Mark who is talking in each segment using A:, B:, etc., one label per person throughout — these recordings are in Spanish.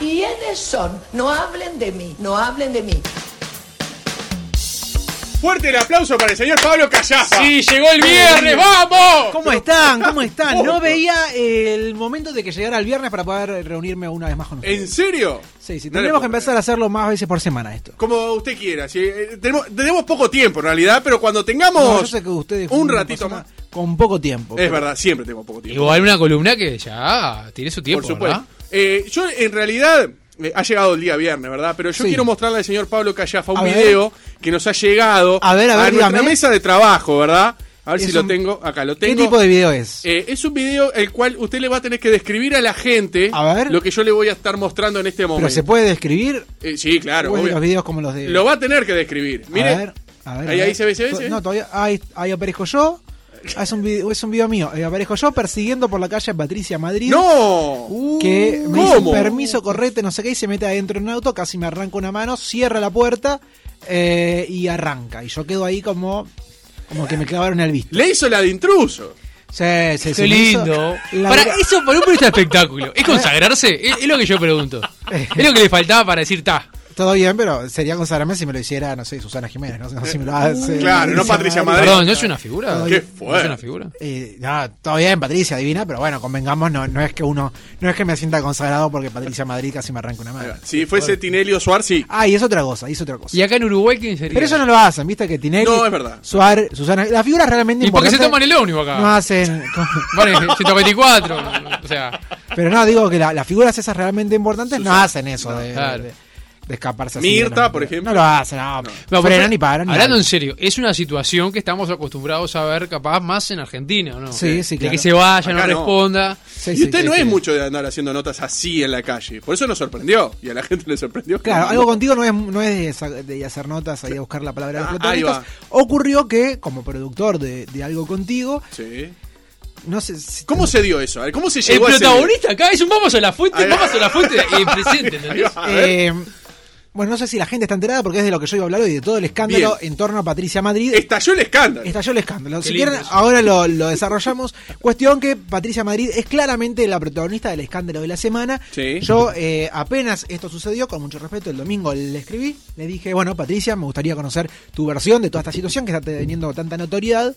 A: ¿Quiénes son? No hablen de mí, no hablen de mí.
B: Fuerte el aplauso para el señor Pablo Callafa.
C: Sí, llegó el viernes, vamos.
D: ¿Cómo están? ¿Cómo están? No veía el momento de que llegara el viernes para poder reunirme una vez más con ustedes.
B: ¿En serio?
D: Sí, sí,
B: Eh, No le
D: tendríamos
B: puedo
D: que empezar a hacerlo más veces por semana esto.
B: Como usted quiera. sí, eh, tenemos, tenemos poco tiempo en realidad, pero cuando tengamos
D: No, yo sé que ustedes son
B: un
D: una
B: ratito
D: persona
B: más. Eh,
D: Con poco tiempo.
B: Es
D: pero-
B: verdad, siempre tengo poco tiempo.
C: Igual una columna que ya tiene su tiempo,
B: Por supuesto.
C: ¿verdad?
B: Eh, yo, en realidad, eh, ha llegado el día viernes, ¿verdad? Pero yo
D: Sí.
B: quiero mostrarle al señor Pablo Callafa un
D: A ver.
B: video que nos ha llegado
D: A ver, a ver,
B: nuestra
D: dígame.
B: mesa de trabajo, ¿verdad? A ver
D: Es
B: si lo
D: un-
B: tengo. Acá lo
D: ¿Qué
B: tengo.
D: tipo de video es?
B: Eh, es un video el cual usted le va a tener que describir a la gente
D: A ver.
B: lo que yo le voy a estar mostrando en este
D: ¿Pero
B: momento.
D: se puede describir?
B: Eh, sí, claro.
D: ¿O es de
B: obvio.
D: los videos como los de.?
B: Lo va a tener que describir. Mire,
D: A ver, a ver. a
B: Ahí-
D: ver.
B: ahí se ve, se ve,
D: To-
B: se ve.
D: No, todavía. Ahí, ahí aparezco yo. Ah, es, un video, es un video mío. Eh, aparezco yo persiguiendo por la calle a Patricia Madrid.
B: ¡No!
D: Uh, Que me dice
B: ¿Cómo?
D: permiso, correte, no sé qué, y se mete adentro en un auto, casi me arranca una mano, cierra la puerta eh, y arranca. Y yo quedo ahí como. Como que me clavaron el visto.
B: Le hizo la de intruso.
D: Sí, sí,
C: Qué
D: sí, me hizo
C: lindo.
D: la
C: Para
D: verdad-
C: eso, para un periodista de espectáculo. ¿Es consagrarse? Es, es lo que yo pregunto. Es lo que le faltaba para decir, ta.
D: Todo bien, pero sería consagrarme si me lo hiciera, no sé, Susana Jiménez, no sé, no sé si me lo
B: Uh,
D: hace.
B: Claro, no Patricia Madrid.
C: Perdón, ¿no es una figura?
B: Qué
C: ¿No es
B: fuerte.
C: una figura?
D: Eh, no, todo bien, Patricia, divina, pero bueno, convengamos, no, no es que uno, no es que me sienta consagrado porque Patricia Madrid casi me arranca una mano.
B: Si fuese Tinelio Suárez, sí.
D: Ah, y es otra cosa, y es otra cosa.
C: ¿Y acá en Uruguay quién sería?
D: Pero eso no lo hacen, viste que Tinelli,
B: No, es verdad.
D: Suárez, Susana, las figuras realmente
C: ¿Y por qué se toman
D: importantes
C: el ómnibus acá?
D: no hacen,
C: Bueno, 124. O sea,
D: pero no, digo que la- las figuras esas realmente importantes no hacen eso de,
C: claro.
D: de- de escaparse
B: Mirta,
D: así. de la-
B: por ejemplo.
D: No lo hacen, no,
C: no,
D: frenan
C: pero-
D: y paran. y
C: Hablando
D: hablan.
C: en serio, es una situación que estamos acostumbrados a ver capaz más en Argentina, ¿o ¿no?
D: Sí, sí,
C: De
D: claro.
C: que se vaya, no
B: Acá no.
C: responda.
D: Sí,
B: y
D: sí,
B: usted
D: sí,
B: no
D: sí.
B: es mucho de andar haciendo notas así en la calle. Por eso nos sorprendió. Y a la gente le sorprendió.
D: Claro, algo contigo no es, no es de, sa- de hacer notas, ahí a buscar la palabra de los
B: Ah, ahí
D: protagonistas. Ocurrió que, como productor de, de algo contigo,
B: Sí.
D: no sé si-
B: ¿Cómo se dio eso? A ver, ¿Cómo se
C: El
B: llegó a ese-
C: protagonista acá es un vamos a la fuente,
B: Ahí va.
C: vamos a la fuente y presente, ¿entendés?
B: A ver.
D: eh, bueno, no sé si la gente está enterada porque es de lo que yo iba a hablar hoy, de todo el escándalo
B: Bien.
D: en torno a Patricia Madrid.
B: Estalló el escándalo.
D: Estalló el escándalo.
C: Qué
D: si
C: lindo
D: quieren,
C: eso.
D: ahora lo, lo desarrollamos. Cuestión que Patricia Madrid es claramente la protagonista del escándalo de la semana.
B: Sí.
D: Yo eh, apenas esto sucedió, con mucho respeto, el domingo le escribí, le dije, bueno, Patricia, me gustaría conocer tu versión de toda esta situación que está teniendo tanta notoriedad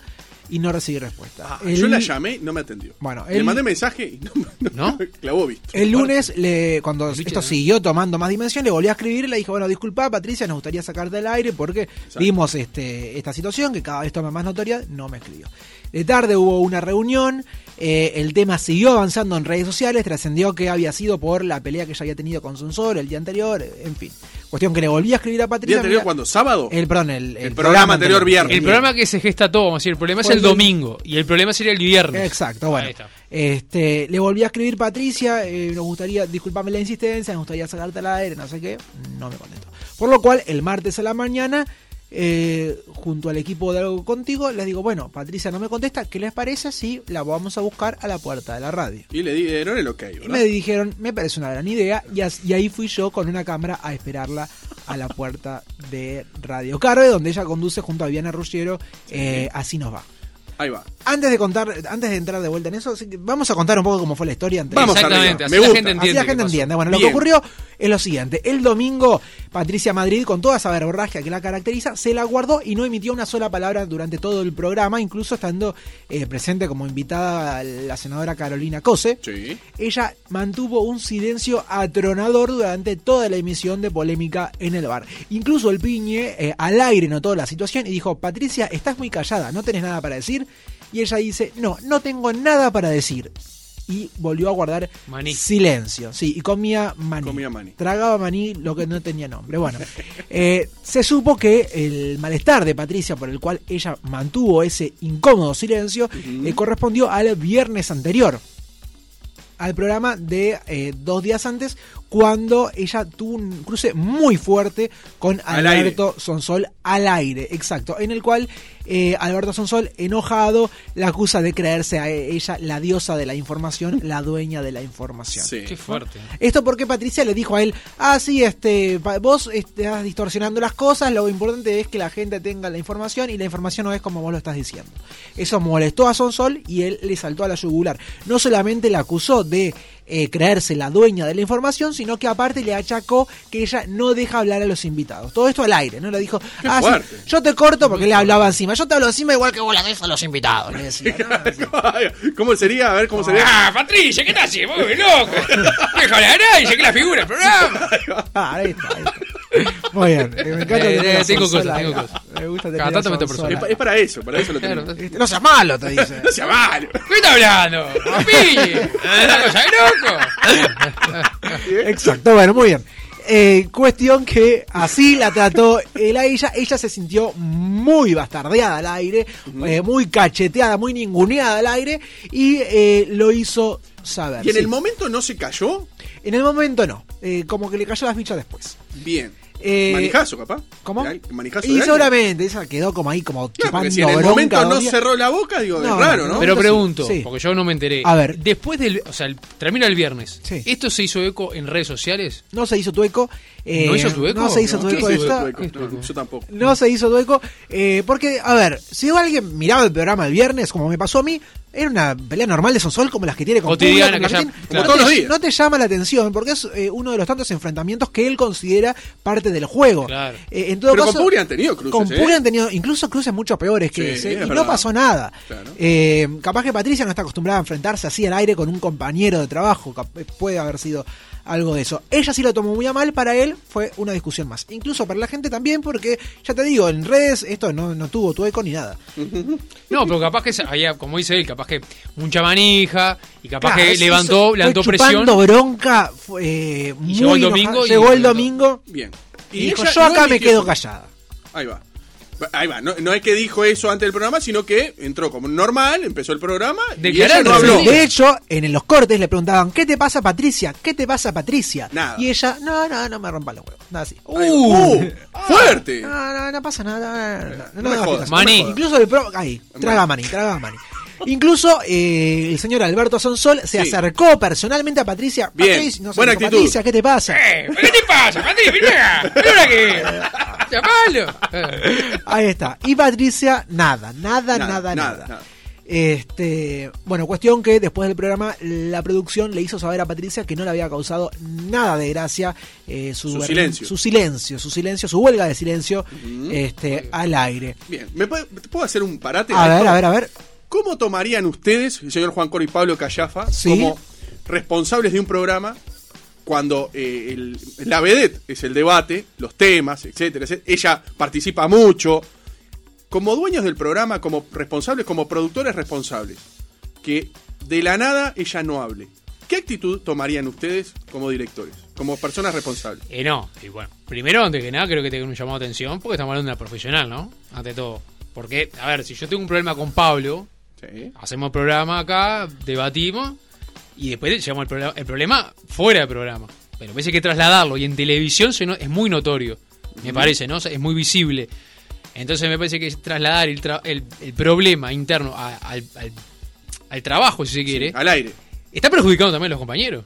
D: y no recibí respuesta.
B: Ah,
D: El-
B: Yo la llamé, no me atendió.
D: Bueno,
B: le
D: el-
B: mandé mensaje y no, me-
C: ¿No?
B: me clavó visto.
D: El lunes, le, cuando
C: Viste,
D: esto
C: ¿no?
D: siguió tomando más dimensión, le volví a escribir, le dije, bueno, disculpa Patricia, nos gustaría sacarte del aire porque vimos este, esta situación que cada vez toma más notoriedad, no me escribió. De tarde hubo una reunión, eh, el tema siguió avanzando en redes sociales, trascendió que había sido por la pelea que ya había tenido con Sonsol el día anterior, en fin. Cuestión que le volví a escribir a
B: ¿El día
D: Patricia.
B: anterior
D: mira,
B: cuándo? ¿Sábado?
D: El, perdón, el, el
B: programa anterior, viernes.
C: El problema es que se gesta todo, vamos a decir, el problema es
D: Pues
C: el
D: el-
C: domingo y el problema sería el viernes.
D: Exacto, bueno.
C: Ahí está.
D: Este, le volví a escribir Patricia, eh, nos gustaría, disculpame la insistencia, nos gustaría sacarte al aire, no sé qué, no me contento. Por lo cual, el martes a la mañana, eh, junto al equipo de algo contigo, les digo, bueno, Patricia no me contesta, ¿qué les parece si la vamos a buscar a la puerta de la radio?
B: Y le dieron el ok,
D: Y
B: ¿verdad?
D: me dijeron, me parece una gran idea, y, as- y ahí fui yo con una cámara a esperarla a la puerta de Radio Carve, donde ella conduce junto a Viana Ruggiero, eh, así nos va.
B: Ahí va.
D: Antes de contar, antes de entrar de vuelta en eso, así que vamos a contar un poco cómo fue la historia antes.
B: Vamos arriba,
C: Exactamente, así
B: me
C: la
B: gusta.
C: gente
D: Así
C: entiende.
D: la
C: qué
D: gente
C: pasó.
D: entiende. Bueno, lo
B: Bien.
D: que ocurrió es lo siguiente. El domingo, Patricia Madrid, con toda esa verborragia que la caracteriza, se la guardó y no emitió una sola palabra durante todo el programa, incluso estando eh, presente como invitada la senadora Carolina Cose.
B: Sí.
D: Ella mantuvo un silencio atronador durante toda la emisión de polémica en el bar. Incluso el piñe eh, al aire notó la situación y dijo, Patricia, estás muy callada, no tenés nada para decir. Y ella dice, no, no tengo nada para decir. Y volvió a guardar
C: Maní.
D: silencio. Sí, y comía maní.
B: Comía maní.
D: Tragaba maní lo que no tenía nombre. Bueno, eh, se supo que el malestar de Patricia por el cual ella mantuvo ese incómodo silencio eh, correspondió al viernes anterior al programa de eh, dos días antes, cuando ella tuvo un cruce muy fuerte con
B: Al
D: Alberto Sonsol al aire, exacto, en el cual eh, Alberto Sonsol, enojado, la acusa de creerse a ella la diosa de la información, la dueña de la información.
B: Sí.
C: Qué fuerte.
D: Esto porque Patricia le dijo a él, ah, sí, este, pa- vos estás distorsionando las cosas, lo importante es que la gente tenga la información y la información no es como vos lo estás diciendo. Eso molestó a Sonsol y él le saltó a la yugular. No solamente la acusó de eh, creerse la dueña de la información, sino que aparte le achacó que ella no deja hablar a los invitados. Todo esto al aire, ¿no? Le dijo, ah, sí,
B: fuerte.
D: yo te corto porque le hablaba encima, yo te hablo encima igual que vos la dejas a los invitados. Le decía, ¿no?
B: ¿Cómo sería? A ver, ¿cómo sería?
C: ¡Ah, Patricia, qué te haces? ¡Vos, loco! ¡Déjale a nadie, que la figura del programa!
D: Ah, ahí está, ahí está. Muy bien. eh, Me encanta
C: Eh,
D: tener
C: eh,
D: la
C: tengo
D: Sonsola
C: cosas,
D: ahí.
C: tengo cosas.
D: Me gusta
C: Cada
D: tener
C: tanto
D: la
C: meto
D: Sonsola.
B: Es, pa- es para eso, para eso lo
C: Claro,
B: tenemos.
D: Este, No seas malo, te dice.
B: No sea malo.
C: ¿Qué está hablando? ¡Papi! ¿Una cosa de loco?
B: ¿Eh?
D: Exacto, bueno, muy bien. Eh, cuestión que así la trató él a ella. Ella se sintió muy bastardeada al aire, eh, muy cacheteada, muy ninguneada al aire y eh, lo hizo saber.
B: Y en
D: sí.
B: el momento no se cayó,
D: En el momento no, eh, como que le cayó las fichas después.
B: bien.
D: Eh,
B: Manijazo, capaz.
D: ¿Cómo?
B: Era- Manijazo. de
D: y
B: alguien.
D: seguramente, ella quedó como ahí, como
B: Claro, porque
D: chupando
B: si en el
D: bronca
B: momento no
D: dos días.
B: cerró la boca, digo,
D: No,
B: es raro,
D: no,
B: ¿no?
D: no.
C: Pero
D: sí,
C: pregunto,
D: sí.
C: porque yo no me enteré.
D: A ver.
C: Después del. O sea, el- termina el viernes.
D: Sí.
C: ¿Esto se hizo eco en redes sociales?
D: No se hizo tueco. eh,
C: ¿No hizo tueco?
D: No se hizo
C: No,
D: tueco.
C: ¿qué hizo
D: esta-
B: Tueco, no, yo tampoco.
D: No se hizo tueco. eh, porque, a ver, si alguien miraba el programa el viernes, como me pasó a mí, era una pelea normal de Sonsol como las que tiene con
C: Cotidiana,
D: Pulga, con
C: que ya-
D: Martín.
C: claro.
B: Como
D: no,
B: todos
D: te,
B: los días.
D: no te llama la atención porque es eh, uno de los tantos enfrentamientos que él considera parte del juego.
C: Claro.
D: Eh, en todo
B: Pero
D: caso,
B: con Puglia han tenido cruces,
D: Con
B: ¿eh?
D: Puglia han tenido incluso cruces mucho peores que
B: Sí,
D: ese
B: es
D: y
B: verdad.
D: no pasó nada.
B: Claro.
D: Eh, capaz que Patricia no está acostumbrada a enfrentarse así al aire con un compañero de trabajo. cap- eh, Puede haber sido algo de eso. Ella sí lo tomó muy a mal. Para él fue una discusión más. Incluso para la gente también, porque ya te digo, en redes esto no, no tuvo tu eco ni nada.
C: No, pero capaz que. se- había, como dice él, capaz que mucha manija y capaz
D: Claro,
C: que
D: eso-
C: levantó,
D: fue
C: levantó presión.
D: chupando bronca. fue, eh, muy
C: llegó el
D: enojada.
C: domingo y-
D: Llegó el domingo
B: Bien.
D: y, dijo:
B: ella
D: Yo
B: no
D: acá me
B: admitió
D: quedo
B: eso.
D: callada.
B: Ahí va. Ahí va. No, no es que dijo eso antes del programa, sino que entró como normal, empezó el programa. y ella no
C: Declarando,
B: habló.
C: sí.
D: De hecho, en los cortes le preguntaban, ¿qué te pasa Patricia? ¿Qué te pasa Patricia?
B: Nada.
D: Y ella, no, no, no me rompa los huevos. Nada así.
B: Ahí va. ¡Uh! ¡Fuerte!
D: No, no, no pasa nada. No, no, no,
B: No me
D: no,
B: jodas,
D: no,
C: no me
D: no,
C: jodas.
D: Incluso el pro... Ahí, traga Mani, traga Mani. Incluso eh, el señor Alberto Sonsol se
B: Sí.
D: acercó personalmente a Patricia.
B: Bien,
D: Patricia, no sé,
B: buena
D: dijo,
B: actitud.
D: Patricia, ¿qué te pasa?
C: Eh, ¿Qué te pasa, Mati? Mirá, mirá que. Llamalo. Eh.
D: Ahí está. Y Patricia, nada,
B: Nada,
D: nada, nada, nada.
B: nada, nada.
D: Este, bueno, cuestión que después del programa la producción le hizo saber a Patricia que no le había causado nada de gracia eh, su,
B: Su silencio.
D: su silencio, su silencio, su huelga de silencio este, al aire.
B: Bien. ¿Me puede- te puedo hacer un parate?
D: A
B: Ahí
D: ver,
B: todo.
D: a ver, a ver.
B: ¿Cómo tomarían ustedes, el señor Juan Coro y Pablo Callafa,
D: Sí.
B: como responsables de un programa cuando eh, el- la vedette es el debate, los temas, etcétera, etcétera? Ella participa mucho. Como dueños del programa, como responsables, como productores responsables, que de la nada ella no hable. ¿Qué actitud tomarían ustedes como directores, como personas responsables?
C: Eh, no, y bueno, primero, antes que nada, creo que tengo un llamado de atención porque estamos hablando de una profesional, ¿no? Ante todo. Porque, a ver, si yo tengo un problema con Pablo,
B: Sí.
C: hacemos el programa acá, debatimos y después llevamos el, progra- el problema fuera del programa. Pero parece que trasladarlo y en televisión se no- es muy notorio, me parece, ¿no? O sea, es muy visible. Entonces me parece que es trasladar el, tra- el- el problema interno a- al, al- al trabajo, si se quiere,
B: Al aire.
C: está perjudicando también a los compañeros.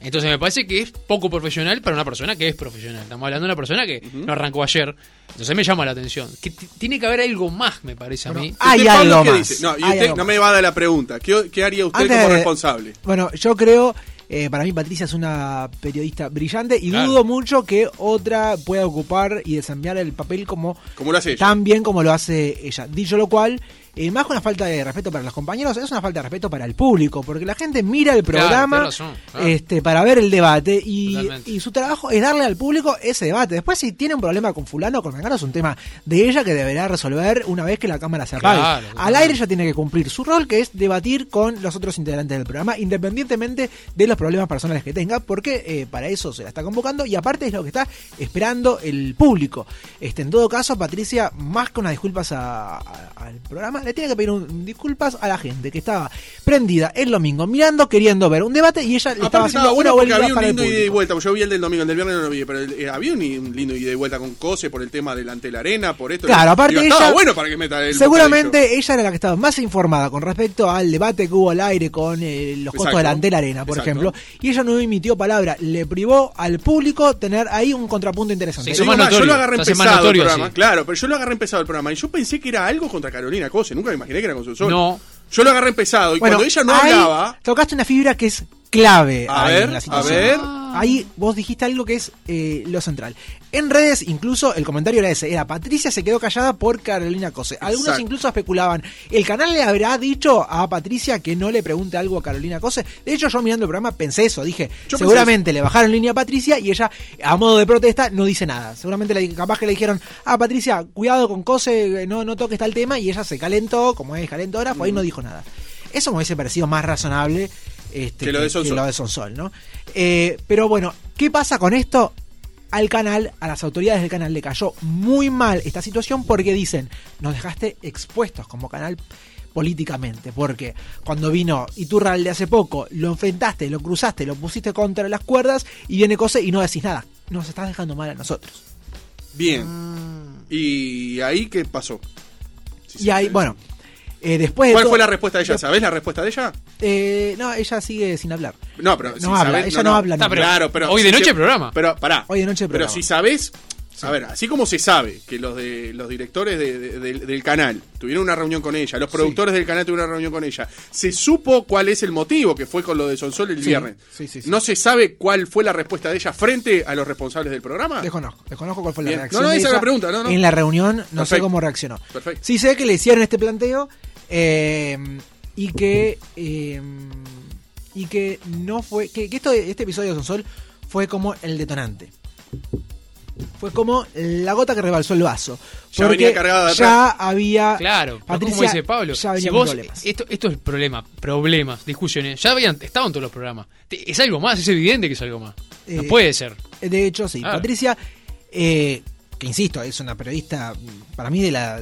C: Entonces me parece que es poco profesional para una persona que es profesional. Estamos hablando de una persona que no arrancó ayer. Entonces me llama la atención. Que t- tiene que haber algo más, me parece a mí.
D: Hay
B: ¿Usted, Pablo,
D: algo
B: qué
D: más.
B: dice? No, y
D: Hay
B: usted
D: algo
B: no
D: más.
B: me va a dar la pregunta. ¿Qué, qué haría usted
D: Antes
B: como
D: de-
B: responsable?
D: Bueno, yo creo, eh, para mí Patricia es una periodista brillante y
C: Claro.
D: dudo mucho que otra pueda ocupar y desempeñar el papel como
B: ¿Cómo lo hace ella?
D: tan bien como lo hace ella. Dicho lo cual, eh, más que una falta de respeto para los compañeros, es una falta de respeto para el público, porque la gente mira el
C: Claro,
D: programa
C: tenés razón, claro.
D: este, para ver el debate y,
C: Totalmente.
D: y su trabajo es darle al público ese debate. Después, si tiene un problema con fulano o con mengano, es un tema de ella que deberá resolver una vez que la cámara se apague.
C: Claro,
D: al
C: totalmente.
D: aire ella tiene que cumplir su rol, que es debatir con los otros integrantes del programa, independientemente de los problemas personales que tenga, porque eh, para eso se la está convocando y aparte es lo que está esperando el público. Este, en todo caso, Patricia, más que unas disculpas a- a- al programa, le tiene que pedir un- disculpas a la gente que estaba prendida el domingo mirando, queriendo ver un debate y ella le
B: Aparte
D: estaba haciendo
B: estaba bueno
D: una
B: porque
D: vuelta
B: había un
D: para el
B: lindo ida y
D: público.
B: vuelta. porque Yo vi el del domingo, el del viernes no lo vi, pero el- eh, había un, un lindo ida y vuelta con Cose por el tema delante de la arena, por esto.
D: Claro, aparte
B: Digo,
D: ella-
B: estaba bueno para que meta el
D: Seguramente ella era la que estaba más informada con respecto al debate que hubo al aire con eh, los costos
B: Exacto.
D: delante de la arena, por
B: Exacto.
D: ejemplo, y ella no emitió palabra, le privó al público tener ahí un contrapunto interesante.
C: Sí,
B: Yo digo,
C: más
B: "Ma, yo
C: notorio,
B: lo agarré
C: se hace más
B: empezado
C: notorio,
B: el programa.
C: sí.
B: Claro, pero yo lo agarré empezado el programa. Y yo pensé que era algo contra Carolina Cose. Nunca me imaginé que era con su sol.
C: No.
B: Yo lo agarré empezado. Y cuando ella no
D: ahí
B: hablaba.
D: Tocaste una fibra que es clave
B: A
D: ahí
B: ver,
D: en la
B: a
D: eh, situación.
B: ver.
D: Ahí vos dijiste algo que es eh, lo central. En redes, incluso el comentario era ese: era Patricia se quedó callada por Carolina Cose. Algunos
B: Exacto.
D: incluso especulaban: el canal le habrá dicho a Patricia que no le pregunte algo a Carolina Cose. De hecho, yo mirando el programa pensé eso: dije,
B: Yo pensé
D: seguramente le bajaron línea a Patricia y ella, a modo de protesta, no dice nada. Seguramente le- capaz que le dijeron: ah, Patricia, cuidado con Cose, eh, no, no toques tal tema. Y ella se calentó, como es calentora,
B: Mm.
D: fue ahí y no dijo nada. Eso me hubiese parecido más razonable este,
B: Que lo de Sonsol.
D: lo de Sonsol, ¿no? Eh, pero bueno, ¿qué pasa con esto? Al canal, a las autoridades del canal le cayó muy mal esta situación porque dicen, nos dejaste expuestos como canal políticamente, porque cuando vino Iturralde hace poco, lo enfrentaste, lo cruzaste, lo pusiste contra las cuerdas y viene Cose y no decís nada. Nos estás dejando mal a nosotros.
B: Bien. ¿Y ahí qué pasó? Si
D: Y
B: se
D: ahí,
B: puede.
D: bueno, eh, después de
B: ¿Cuál
D: todo-
B: fue la respuesta de ella? ¿Sabés la respuesta de ella?
D: Eh, no, ella sigue sin hablar.
B: No, pero.
D: No habla, ella no habla, Está, no.
C: pero
B: claro, pero.
C: hoy de
B: si
C: noche
B: se-
C: el programa.
B: Pero pará.
D: Hoy de noche el
B: Pero
D: programa.
B: si sabés. A ver, así como se sabe que los de los directores de- de- del- del canal tuvieron una reunión con ella, los productores del canal tuvieron una reunión con ella, se supo cuál es el motivo que fue con lo de Sonsol el
D: Sí,
B: viernes.
D: sí, sí, sí.
B: ¿No se sabe cuál fue la respuesta de ella frente a los responsables del programa?
D: Desconozco, desconozco cuál fue la
B: Bien.
D: reacción.
B: No, no,
D: de
B: esa era
D: ella
B: la pregunta, no, no.
D: En la reunión, no sé
B: Perfecto.
D: cómo reaccionó.
B: Perfecto.
D: Sí sé que le hicieron este planteo eh, y que. eh, y que no fue. Que, que esto, este episodio de Sonsol fue como el detonante. Fue como la gota que rebalsó el vaso.
B: Ya
D: Porque
B: venía cargada de
D: Ya había.
C: Claro, pero
D: Patricia,
C: como dice Pablo,
D: ya venía
C: si
D: con
C: vos,
D: problemas.
C: esto, esto es el problema, problemas, discusiones, ya habían, estaban todos los programas. Te- Es algo más, es evidente que es algo más. no
D: Eh,
C: puede ser.
D: De hecho, sí.
C: Claro.
D: Patricia, eh, que insisto, es una periodista, mm, para mí, de la.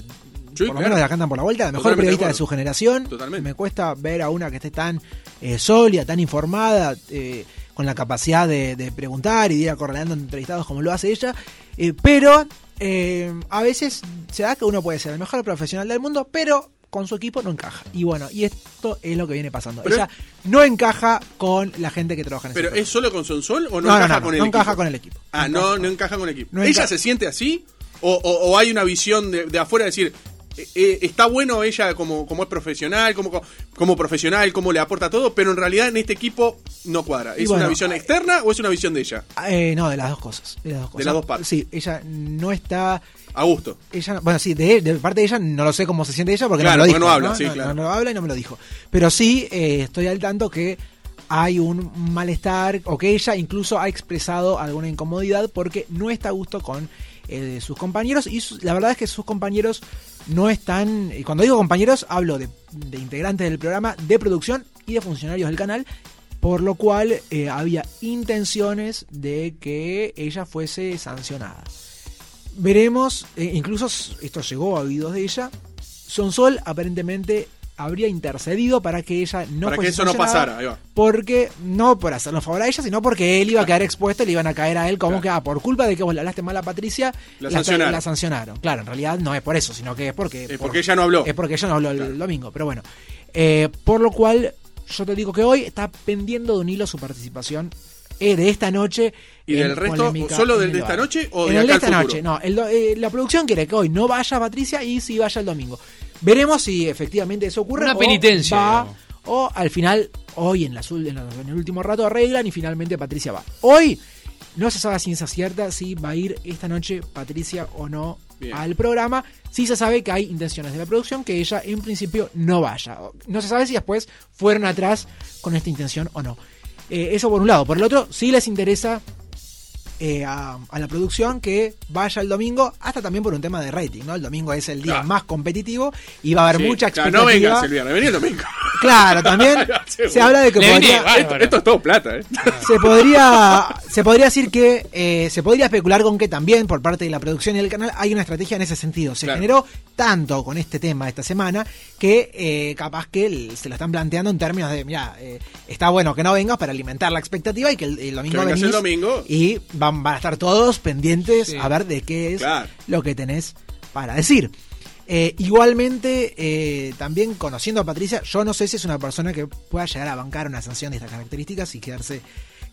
D: por lo
B: claro.
D: menos de la cantan por la vuelta, la mejor
B: Totalmente
D: periodista
B: de
D: de
B: acuerdo.
D: su generación.
B: Totalmente.
D: Me cuesta ver a una que esté tan eh, sólida, tan informada, eh, con la capacidad de, de preguntar y de ir acorralando entrevistados como lo hace ella. Eh, pero eh, a veces se da que uno puede ser el mejor profesional del mundo, pero con su equipo no encaja. Y bueno, y esto es lo que viene pasando.
B: Pero-
D: ella no encaja con la gente que trabaja en ese
B: ¿Pero
D: programa.
B: es solo con Sonsol o no,
D: No, no,
B: encaja
D: no, no,
B: con el
D: no
B: equipo?
D: encaja con el equipo.
B: Ah,
D: No
B: no,
D: encaja.
B: no encaja con el equipo.
D: No
B: ¿Ella
D: encaja.
B: se siente así? ¿O, o- o hay una visión de, de afuera de decir, eh, eh, está bueno ella como, como es profesional, como, co- como profesional, como le aporta todo, pero en realidad en este equipo no cuadra?
D: Y
B: ¿Es
D: bueno,
B: una visión
D: eh,
B: externa o es una visión de ella?
D: Eh, no, de las dos cosas. De las dos, cosas.
B: las dos partes.
D: Sí, ella no está.
B: A gusto.
D: Ella, no- bueno, sí, de, de parte de ella no lo sé cómo se siente ella porque
B: Claro,
D: no me lo
B: porque
D: dijo.
B: no habla, sí, claro.
D: no lo habla y no me lo dijo. Pero sí eh, estoy al tanto que hay un malestar o que ella incluso ha expresado alguna incomodidad porque no está a gusto con eh, sus compañeros y su- la verdad es que sus compañeros no están, y cuando digo compañeros hablo de, de integrantes del programa, de producción y de funcionarios del canal, por lo cual eh, había intenciones de que ella fuese sancionada. Veremos, eh, incluso s- esto llegó a oídos de ella. Sonsol aparentemente habría intercedido para que ella no pues,
B: Para que
D: fuese
B: eso no
D: sancionada,
B: pasara, ahí va.
D: Porque, no por hacernos favor a ella, sino porque él iba a quedar expuesto y le iban a caer a él como
B: Claro.
D: que, ah, por culpa de que vos le hablaste mal a Patricia,
B: La sancionaron.
D: la sancionaron. Claro, en realidad no es por eso, sino que es porque.
B: Eh,
D: por-
B: porque ella no habló.
D: Es porque ella no habló el
B: Claro.
D: domingo, pero bueno. Eh, por lo cual, yo te digo que hoy está pendiendo de un hilo su participación eh, de esta noche.
B: ¿Y
D: en
B: del resto?
D: polémica
B: ¿Solo
D: en
B: del
D: el
B: de esta
D: barrio.
B: noche o
D: En
B: de
D: el
B: acá al
D: esta noche,
B: futuro?
D: no. el do- eh, la producción quiere que hoy no vaya Patricia y si vaya el domingo. Veremos si efectivamente eso ocurre.
C: Una
D: o
C: penitencia,
D: va-
C: digamos.
D: o al final, hoy en, la azul- en la- en el último rato arreglan y finalmente Patricia va. Hoy no se sabe a ciencia cierta si va a ir esta noche Patricia o no
B: Bien.
D: al programa. Sí se sabe que hay intenciones de la producción que ella en principio no vaya. O- No se sabe si después fueron atrás con esta intención o no. Eh, eso por un lado. Por el otro, sí les interesa eh, a, a la producción que vaya el domingo, hasta también por un tema de rating, ¿no? El domingo es el día
B: Claro.
D: más competitivo y va a haber
B: Sí.
D: mucha
B: O sea,
D: expectativa.
B: no vengas el viernes, vení el domingo.
D: Claro, también se habla de que
C: Le vine,
D: podría,
C: bárbaro.
B: Esto, esto es todo plata, ¿eh?
D: se podría se podría decir que eh, se podría especular con que también por parte de la producción y del canal hay una estrategia en ese sentido se
B: Claro.
D: generó tanto con este tema esta semana que eh, capaz que el- se lo están planteando en términos de mira está bueno que no vengas para alimentar la expectativa y que el, el domingo
B: vengas el
D: venís
B: domingo.
D: y van, van a estar todos pendientes
C: Sí.
D: a ver de qué es
B: Claro.
D: lo que tenés para decir Eh, igualmente, eh, también conociendo a Patricia, yo no sé si es una persona que pueda llegar a bancar una sanción de estas características y quedarse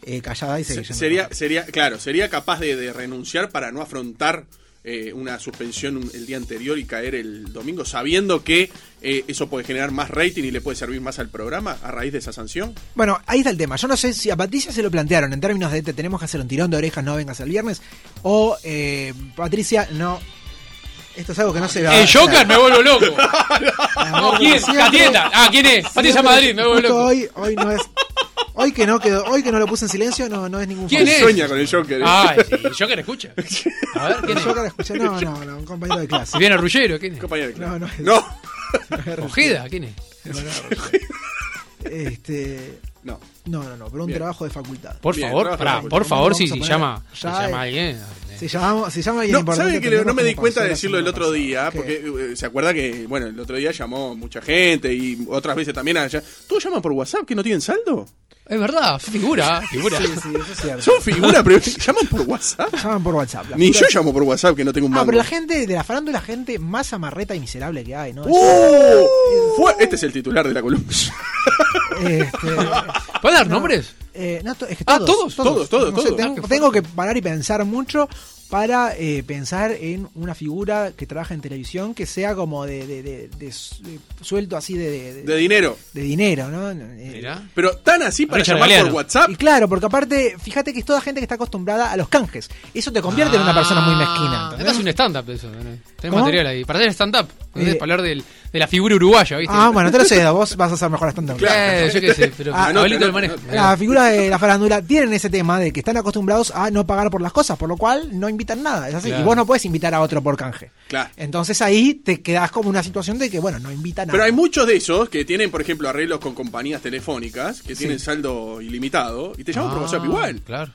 D: eh, callada y seguir
B: Se-
D: yendo
B: sería,
D: a trabajar.
B: sería, claro, sería capaz de, de renunciar para no afrontar eh, una suspensión un- el día anterior y caer el domingo, sabiendo que eh, eso puede generar más rating y le puede servir más al programa a raíz de esa sanción.
D: Bueno, ahí está el tema. Yo no sé si a Patricia se lo plantearon en términos de te tenemos que hacer un tirón de orejas, no vengas el viernes, o eh, Patricia, no. Esto es algo que no se va a
C: Ah, El Joker me vuelvo loco. No,
D: como
C: ¿Quién?
D: siempre.
C: Catieta. Ah, ¿quién es? Patricia
D: Siempre,
C: Madrid, me vuelvo
D: justo
C: loco.
D: Hoy, hoy no es. Hoy que no quedó, hoy que no lo puse en silencio, no, no es ningún
C: ¿Quién
D: favor.
C: es?
B: Sueña con el Joker. ¿eh?
C: Ay, sí, el Joker escucha. A ver, ¿quién es?
D: Yo que la escuché, no, no, no, un compañero de clase.
C: Si viene Rullero, ¿quién es?
B: Compañero de clase.
D: No, no es-
B: no.
C: Ojeda, ¿quién es?
D: Este,
B: no.
D: no, no, no, pero un
B: Bien.
D: trabajo de facultad.
C: Por
B: Bien,
C: favor,
B: trabaja
C: pará,
B: la culpa.
C: por favor,
D: Vamos
C: si
D: a
C: si
D: poner-
C: llama, si
D: ya, eh.
C: llama alguien. eh,
D: Si llamamos, si llama alguien
B: No,
D: importante,
B: ¿saben que
D: tenemos
B: no me di
D: como
B: cuenta de
D: pasar
B: decirlo
D: la
B: el otro
D: semana
B: día?
D: pasada. ¿Qué?
B: Porque eh, se acuerda que, bueno, el otro día llamó mucha gente y otras veces también allá. ¿Todos llaman por WhatsApp que no tienen saldo?
C: Es verdad, figura, figura.
D: Sí, sí, eso es cierto.
B: Son figuras, pero llaman por WhatsApp.
D: Llaman por WhatsApp. la
B: Ni
D: pura-
B: yo llamo por WhatsApp que no tengo un
D: Ah,
B: mango.
D: pero la gente de la farándula, la gente más amarreta y miserable que hay, ¿no?
B: ¡Oh! Fue- este es el titular de la columna.
D: Este,
C: ¿Puedes dar nombres?
D: eh, no, to- es que
C: Ah, todos,
D: todos,
B: todos, todos,
D: No sé,
B: todos.
D: tengo,
C: Ah, qué
D: tengo que parar y pensar mucho para eh, pensar en una figura que trabaja en televisión que sea como de, de- de- de su- de suelto así de, de-
B: De dinero.
D: de dinero, ¿no? Eh,
C: Mirá.
B: Pero tan así para
C: Richard
B: llamar
C: Galeano.
B: por WhatsApp.
D: Y claro, porque aparte, fíjate que es toda gente que está acostumbrada a los canjes. Eso te convierte en una persona muy mezquina.
C: Esta
D: ¿entendés?
C: Ah, es un stand-up eso. ¿no? Tenés
D: ¿Cómo?
C: material ahí. Para hacer stand-up. ¿entendés?
D: Eh.
C: Para hablar del- de la figura uruguaya, ¿viste?
D: Ah, bueno, te lo cedo, vos vas a ser mejor stand-up.
C: Eh, yo qué sé, pero
D: Ah,
C: Abelito
B: no,
C: lo
B: no,
C: maneja.
B: no,
D: Las figuras
B: eh,
D: de la farándula tienen ese tema de que están acostumbrados a no pagar por las cosas, por lo cual no invitan nada. Es así.
C: Claro.
D: Y vos no puedes invitar a otro por canje.
B: Claro.
D: Entonces ahí te quedás como una situación de que, bueno, no invitan a
B: Pero hay muchos de esos que tienen, por ejemplo, arreglos con compañías telefónicas, que tienen saldo ilimitado, y te llaman por WhatsApp igual.
C: Ah, Claro.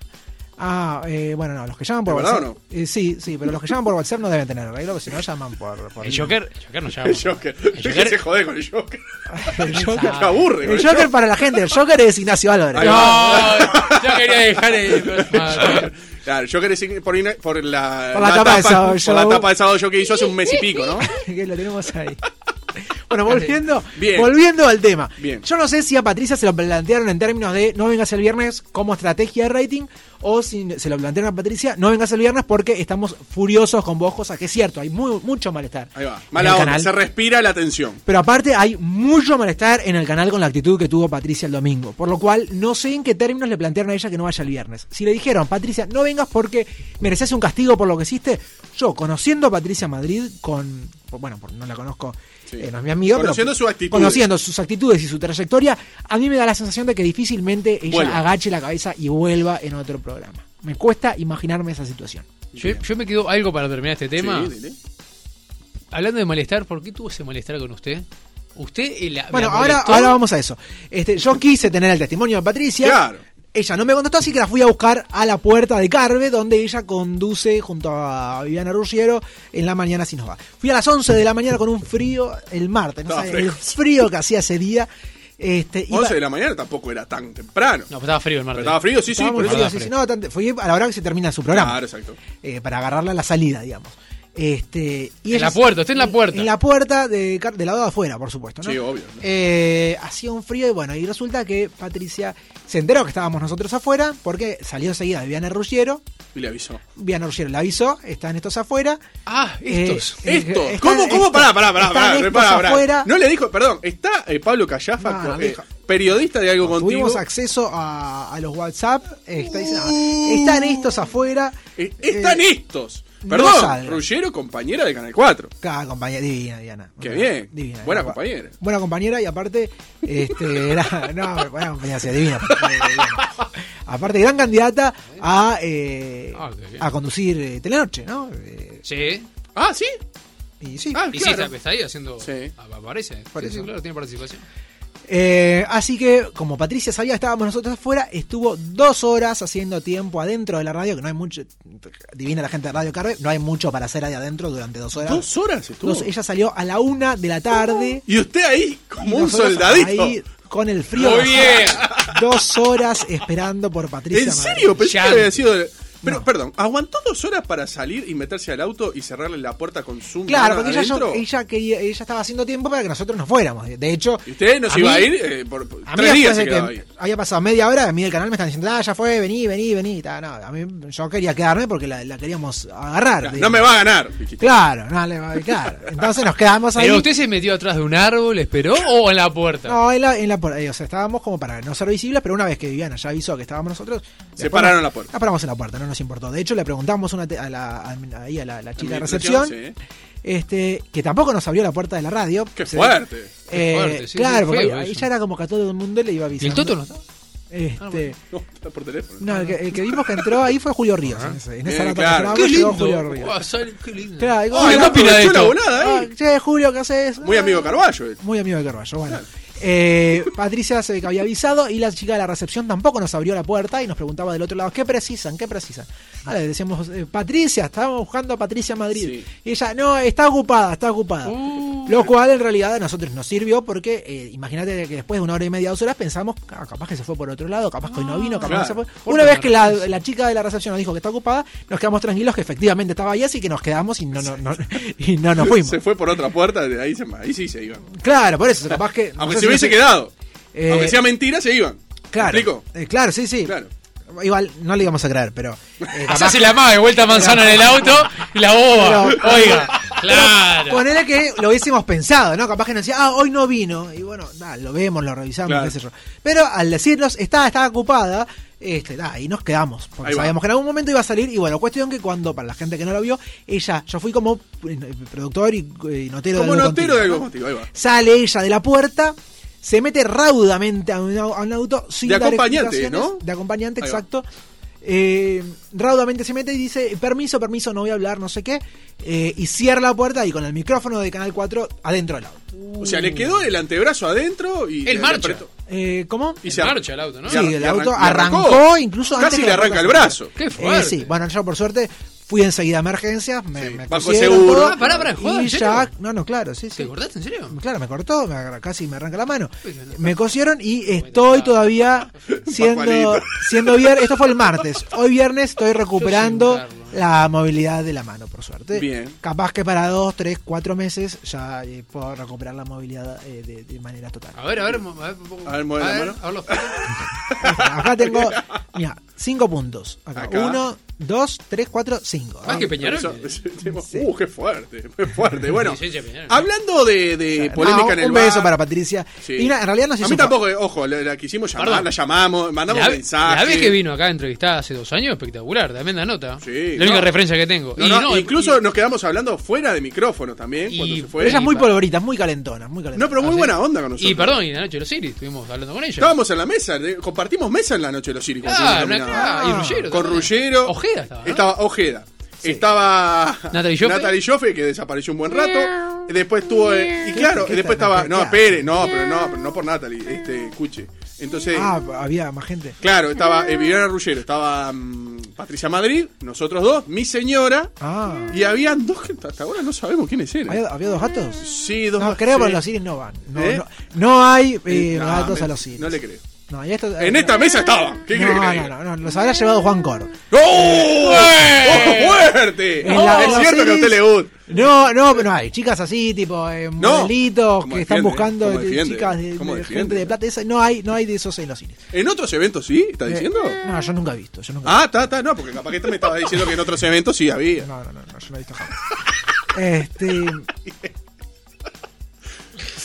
D: Ah, eh, bueno, no, los que llaman por
B: ¿De verdad
D: WhatsApp.
B: o
D: eh, sí, sí, pero los que llaman por WhatsApp no deben tener arreglo, porque si no llaman por. por
C: El Joker, el Joker no llama.
B: El Joker.
C: El
B: ¿Qué se
C: Joker.
B: jode con el Joker?
D: El
B: Se
D: Joker.
B: aburre. con
D: El Joker para la gente, el Joker es Ignacio Álvarez.
C: No, yo quería dejar el. Ah,
B: Claro, el Joker es in- por, ina- por la,
D: Por la tapa de Sábado
B: por la
D: Show.
B: tapa de sábado show que hizo hace un mes y pico, ¿no?
D: que lo tenemos ahí. Bueno, volviendo,
B: Bien.
D: volviendo al tema.
B: Bien.
D: Yo no sé si a Patricia se lo plantearon en términos de no vengas el viernes como estrategia de rating o si se lo plantearon a Patricia, no vengas el viernes porque estamos furiosos con vos, cosa que es cierto, hay muy, mucho malestar.
B: Ahí va.
D: en
B: Mala
D: el
B: onda.
D: canal.
B: Se respira la tensión.
D: Pero aparte hay mucho malestar en el canal con la actitud que tuvo Patricia el domingo. Por lo cual no sé en qué términos le plantearon a ella que no vaya el viernes. Si le dijeron, Patricia, no vengas porque mereces un castigo por lo que hiciste, yo conociendo a Patricia Madrid con... Bueno, por- no la conozco,
B: Sí.
D: eh, no es mi amiga.
B: Conociendo
D: pero,
B: sus actitudes.
D: Conociendo sus actitudes y su trayectoria, a mí me da la sensación de que difícilmente ella
B: Vuelva.
D: agache la cabeza y vuelva en otro programa. Me cuesta imaginarme esa situación.
C: yo, yo me quedo algo para terminar este tema.
B: Sí, dile.
C: Hablando de malestar, ¿por qué tuvo ese malestar con usted? Usted y la.
D: Bueno,
C: la
D: ahora,
C: molestó?
D: ahora vamos a eso. Este, yo quise tener el testimonio de Patricia.
B: Claro.
D: Ella no me contestó, así que la fui a buscar a la puerta de Carve, donde ella conduce junto a Viviana Ruggiero en la mañana si nos va. Fui a las 11 de la mañana con un frío el martes, no
B: Estaba
D: sabe el
B: fresco.
D: frío que hacía ese día. Este, iba-
B: 11 de la mañana tampoco era tan temprano.
C: No, pero estaba frío el
B: Pero
C: martes.
B: estaba frío, sí, sí.
D: estaba
B: por
D: muy
B: eso-
D: frío, sí, sí, no, bastante- fui a la hora que se termina su programa,
B: Claro, exacto.
D: eh, para agarrarla a la salida, digamos. Este, y
C: En
D: ella-
C: la puerta, está en la puerta.
D: En la puerta de, Car- del lado de afuera, por supuesto. ¿no?
B: Sí, obvio, ¿no?
D: Eh, hacía un frío y bueno, y resulta que Patricia se enteró que estábamos nosotros afuera porque salió seguida de Viana Ruggiero.
B: Y le avisó.
D: Viana Ruggiero la avisó, están estos afuera.
C: Ah, estos.
D: Eh,
B: Esto,
D: están
B: ¿cómo, cómo?
D: estos-
B: Pará, pará, pará,
D: están
B: pará,
D: estos
B: pará, pará.
D: afuera.
B: No le dijo, perdón, está eh, Pablo Callafa,
D: No, no,
B: co- eh,
D: dijo-
B: periodista de algo contigo.
D: Tuvimos acceso a, a los WhatsApp. eh, está diciendo, "Ah, están estos afuera.
B: Eh, están
D: Eh,
B: estos.
D: no
B: Perdón,
D: salgan.
B: Ruggiero, compañera de Canal 4.
D: Cada compañera, divina, Diana.
B: Qué
D: Una-
B: bien.
D: Divina.
B: Buena
D: Una-
B: compañera.
D: Buena compañera y aparte, este, era, no, buena compañera, sí, divina. eh, divina. Aparte, gran candidata a, eh,
C: Ah, qué bien.
D: a conducir eh, Telenoche, ¿no? Eh,
C: Sí.
B: Ah, sí.
D: y sí.
B: Ah,
C: Y sí,
B: claro.
C: está, está ahí haciendo. Ah,
B: Sí.
C: Aparece.
D: Por
C: Sí, sí,
D: eso.
C: claro, tiene participación.
D: Eh, así que, como Patricia sabía, estábamos nosotros afuera. Estuvo dos horas haciendo tiempo adentro de la radio, que no hay mucho. Divina la gente de Radio Carve, no hay mucho para hacer ahí adentro durante dos horas.
B: Dos horas estuvo.
D: Entonces, ella salió a la una de la tarde.
B: Y usted ahí, como
D: y
B: un
D: nosotros
B: soldadito.
D: ahí, con el frío.
C: Muy
D: dos
C: bien.
D: horas- Dos horas esperando por Patricia.
B: ¿En
D: Madrid.
B: serio? Pensé que
C: Llante.
B: había sido. Pero,
D: No.
B: perdón, ¿aguantó dos horas para salir y meterse al auto y cerrarle la puerta con su
D: Claro,
B: mirada
D: porque ella,
B: adentro?
D: ella, quería- ella estaba haciendo tiempo para que nosotros nos fuéramos. De hecho,
B: Y usted nos
D: a
B: iba
D: mí-
B: a ir eh, por, por
D: A mí
B: tres días
D: después
B: se
D: de
B: quedaba
D: que
B: ahí.
D: había pasado media hora, a mí del canal me están diciendo, ah, ya fue, vení, vení, vení. Ta, no, a mí yo quería quedarme porque la, la queríamos agarrar.
B: Claro,
D: de-
B: No me va a ganar. dijiste. "Ah,
D: Claro, no, le va a- claro. Entonces nos quedamos
B: Eh,
D: ahí.
C: ¿Pero usted se metió atrás de un árbol, esperó o en la puerta?
D: No, en la, en la por- eh, o sea, estábamos como para no ser visibles, pero una vez que Viviana ya avisó que estábamos nosotros... después
B: pararon
D: nos-
B: la puerta.
D: Nos paramos en la puerta, no nos importó. De hecho, le preguntamos una te- a la, a- ahí a la, la chica de
B: Administración,
D: recepción, este, que tampoco nos abrió la puerta de la radio.
B: ¿eh? Qué
D: Se-
B: fuerte.
D: Eh,
C: Qué fuerte, sí, sí,
D: claro, porque
C: feo
D: ahí
C: eso.
D: ya era como que a todo el mundo le iba
C: ¿Y
D: avisando.
C: el Toto no está? Ah,
D: Este,
B: No, está por teléfono.
D: No, el que, el que vimos que entró ahí fue Julio Ríos. En, ese- en esa
B: Eh,
D: nota
B: claro.
D: que
B: Qué
D: grabamos llegó Julio Ríos.
C: Guau, sale, qué lindo.
D: Claro, digo,
B: Ay,
D: hola,
B: no
C: opina de
B: aprovechó la
C: esto?
B: volada,
D: ah,
B: eh.
D: che, Julio, ¿qué haces?
B: Muy
D: Ah,
B: amigo Carballo. eh.
D: Muy amigo de Carballo, bueno. Eh, Patricia se ve que había avisado y la chica de la recepción tampoco nos abrió la puerta y nos preguntaba del otro lado, ¿qué precisan? ¿Qué precisan?
B: Ah.
D: Ahora le decíamos, eh, Patricia, estábamos buscando a Patricia Madrid.
B: Sí. Uh.
D: Y ella, no, está ocupada, está ocupada. Lo cual en realidad a nosotros nos sirvió porque eh, imagínate que después de una hora y media, dos horas pensamos, "Ah, capaz que se fue por otro lado, capaz que hoy no vino, capaz
B: Claro.
D: que se fue.
C: Por
D: Una vez
C: favor.
D: que la, la chica de la recepción nos dijo que está ocupada, nos quedamos tranquilos que efectivamente estaba ahí, así que nos quedamos y no, no, no- y no nos fuimos.
B: Se fue por otra puerta, de ahí, se, ahí sí se iban.
D: Claro, por eso, capaz que...
B: Aunque
D: no sé
B: se
D: si-
B: hubiese quedado.
D: Eh,
B: aunque sea mentira, se iban. ¿Me
D: Claro,
B: explico?
D: eh, claro, sí, sí.
B: Claro.
D: Igual no le íbamos a creer, pero... eh, capaz-
C: Hacerse la maga, vuelta a manzana en el auto y la
B: Oh,
C: boba.
D: Pero- eh,
C: Oiga, claro.
D: Ponele que lo hubiésemos pensado, ¿no? Capaz que nos decía, ah, hoy no vino. Y bueno, da, lo vemos, lo revisamos,
B: Claro.
D: qué sé yo. Pero al decirnos, está, está ocupada, este, da, y nos quedamos. Porque
B: Ahí va.
D: sabíamos que en algún momento iba a salir. Y bueno, cuestión que cuando, para la gente que no lo vio, ella, yo fui como eh, productor y, eh, notero
B: Como
D: de algo
B: notero de
D: contigo,
B: algo
D: ¿no?
B: motivo, ahí va.
D: Sale ella de la puerta. Se mete raudamente a un, au- a un auto sin
B: De
D: dar
B: acompañante,
D: explicaciones.
B: ¿no?
D: De acompañante,
B: Ahí va.
D: exacto. Eh, raudamente se mete y dice, permiso, permiso, no voy a hablar, no sé qué. Eh, y cierra la puerta y con el micrófono de Canal 4 adentro del auto.
B: O sea, le quedó el antebrazo adentro y.
C: Él
B: le
C: marcha.
B: apretó.
D: Eh, ¿Cómo?
B: Y
C: En
B: se ar-
C: marcha el auto, ¿no?
B: y
D: Sí,
B: arran-
D: el
B: y arran-
D: auto
B: y
D: arrancó, incluso antes
B: Casi
D: que
B: le
D: la
B: arranca el
D: puerta
B: brazo.
C: Qué fuerte.
D: Eh, sí, bueno, yo por suerte fui enseguida a emergencias, me,
B: Sí,
D: me
B: bajo
D: pusieron
B: seguro.
D: todo,
C: Ah, pará, pará, joda,
D: y
C: ¿en
D: ya,
C: serio?
D: no, no, claro, sí, sí.
C: ¿Te acordaste, en serio?
D: Mm, Claro, me cortó, me agarra- casi me arranca la mano.
C: Uy, no, no.
D: Me cosieron y estoy todavía siendo,
B: Pascualito.
D: siendo viernes. Esto fue el martes. Hoy viernes estoy recuperando
C: Yo sin Carlos, eh.
D: la movilidad de la mano, por suerte.
B: Bien.
D: Capaz que para dos, tres, cuatro meses ya eh, puedo recuperar la movilidad eh, de, de manera total.
C: A ver, a ver, mo- a ver, mo-
B: A ver, mueve la
C: a ver,
B: mano.
C: a ver los-
D: Acá tengo, mira, cinco puntos. Acá.
B: Acá.
D: Uno, dos, tres, cuatro, cinco.
C: Más
D: Ah,
C: que
B: Por
C: Peñarol.
B: eso-
C: Sí,
B: Uh, qué fuerte, qué fuerte. Bueno,
C: sí, sí, Peñarol.
B: hablando de, de
D: no,
B: polémica en el
D: Ah, Un beso
B: bar,
D: para Patricia.
B: sí.
D: Y na- en realidad nos
B: A
D: hizo
B: mí
D: fa-
B: tampoco, eh, ojo, la, la quisimos llamar,
C: Perdón.
B: la llamamos, mandamos
C: La,
B: mensajes.
C: la vez que vino acá entrevistada hace dos años, espectacular, tremenda nota.
B: Sí,
C: la única
B: no.
C: referencia que tengo.
B: No,
C: Y
B: no,
C: no,
B: incluso
C: y-
B: nos quedamos hablando fuera de micrófono también cuando
C: y-
B: se
D: Pero
B: fue.
D: ella es muy
C: Y-
D: polvorita, muy calentona, muy calentona.
B: eh. No, pero muy
C: así-
B: buena onda con nosotros.
C: Y perdón, y la noche de los Siri, estuvimos hablando con ella.
B: Estábamos en la mesa, de- compartimos mesa en la noche de los Siri. cuando
C: Ah,
B: estuvimos
C: una-
B: nominados.
C: ah, y Ruggero.
B: Con
C: también.
B: Ruggero.
C: Ojeda estaba. ¿no?
B: Estaba Ojeda. Estaba
C: Natalie Joffe.
B: Joffe, que desapareció un buen rato. Después tuvo. eh, y claro,
D: qué
B: y después
D: está-
B: estaba.
D: qué
B: No,
D: hace?
B: espere, no, pero no, pero no por Natalie, este, escuche. Entonces,
D: Ah, había más gente.
B: claro, estaba eh, Viviana Ruggero, estaba mm, Patricia Madrid, nosotros dos, mi señora,
D: Ah.
B: y habían dos que hasta ahora no sabemos quiénes eran.
D: ¿Había, había dos gatos?
B: Sí, dos
D: no,
B: más,
D: creo,
B: sí.
D: pero los iris no van. No,
B: ¿Eh?
D: no, no hay eh,
B: Eh, no,
D: gatos
B: me-
D: a los iris.
B: No le creo.
D: No, y esto-
B: En
D: eh,
B: esta mesa estaban. ¿Qué
D: No,
B: crees que
D: no,
B: le diga?
D: no, no, los habrá llevado Juan Coro.
B: ¡No! ¡Ojo ¡Oh, fuerte! ¡Oh!
D: En la- en
B: es
D: los
B: cierto que a usted
D: iris-
B: le gusta.
D: No, no, pero no hay chicas así, tipo eh,
B: No.
D: modelitos
B: ¿Cómo
D: que están
B: defiende?
D: buscando
B: ¿Cómo
D: eh,
B: defiende?
D: chicas de,
B: ¿Cómo
D: de
B: defiende?
D: gente de plata. Esa- no hay, no hay de esos en los cines.
B: ¿En otros eventos sí? ¿Está
D: Eh,
B: diciendo?
D: No, yo nunca he visto. Yo nunca he
B: Ah, está, está, no, porque capaz que tú me estabas diciendo que en otros eventos sí había.
D: visto. No, no, no, no, yo no he visto jamás. este.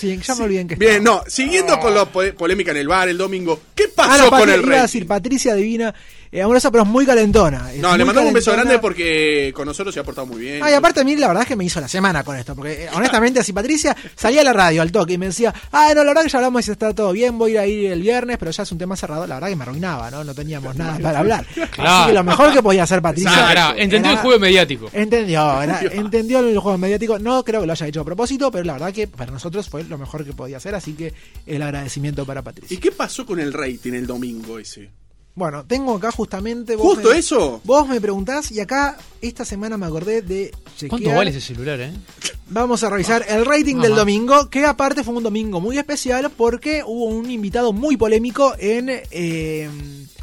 D: Sí, ya me olvidé en qué
B: Bien,
D: estaba.
B: no, siguiendo con la po- polémica en el bar el domingo, ¿qué
D: Ah,
B: pasó
D: no,
B: con
D: Patri-
B: el
D: Iba a
B: rey?
D: decir Patricia Divina eh, amorosa, pero es muy calentona. Es
B: No,
D: muy
B: le mandamos un beso
D: calentona.
B: grande porque con nosotros se ha portado muy bien.
D: Ah, y aparte a mí la verdad es que me hizo la semana con esto, porque eh, honestamente así Patricia salía a la radio al toque y me decía, ah, no, la verdad que ya hablamos y está todo bien, voy a ir a ir el viernes, pero ya es un tema cerrado, la verdad que me arruinaba, ¿no? No teníamos nada para hablar. Así que lo mejor que podía hacer Patricia...
C: Ah, pará, entendió el
D: era-
C: juego mediático.
D: Entendió, era- entendió el juego mediático. No creo que lo haya hecho a propósito, pero la verdad que para nosotros fue lo mejor que podía hacer, así que el agradecimiento para Patricia.
B: ¿Y qué pasó con el rating el domingo ese?
D: Bueno, tengo acá justamente. Vos
B: ¿Justo
D: me-
B: eso?
D: Vos me preguntás, y acá esta semana me acordé de chequear.
C: ¿Cuánto vale ese celular, eh?
D: Vamos a revisar el rating del
C: Ajá.
D: domingo, que aparte fue un domingo muy especial porque hubo un invitado muy polémico en. eh,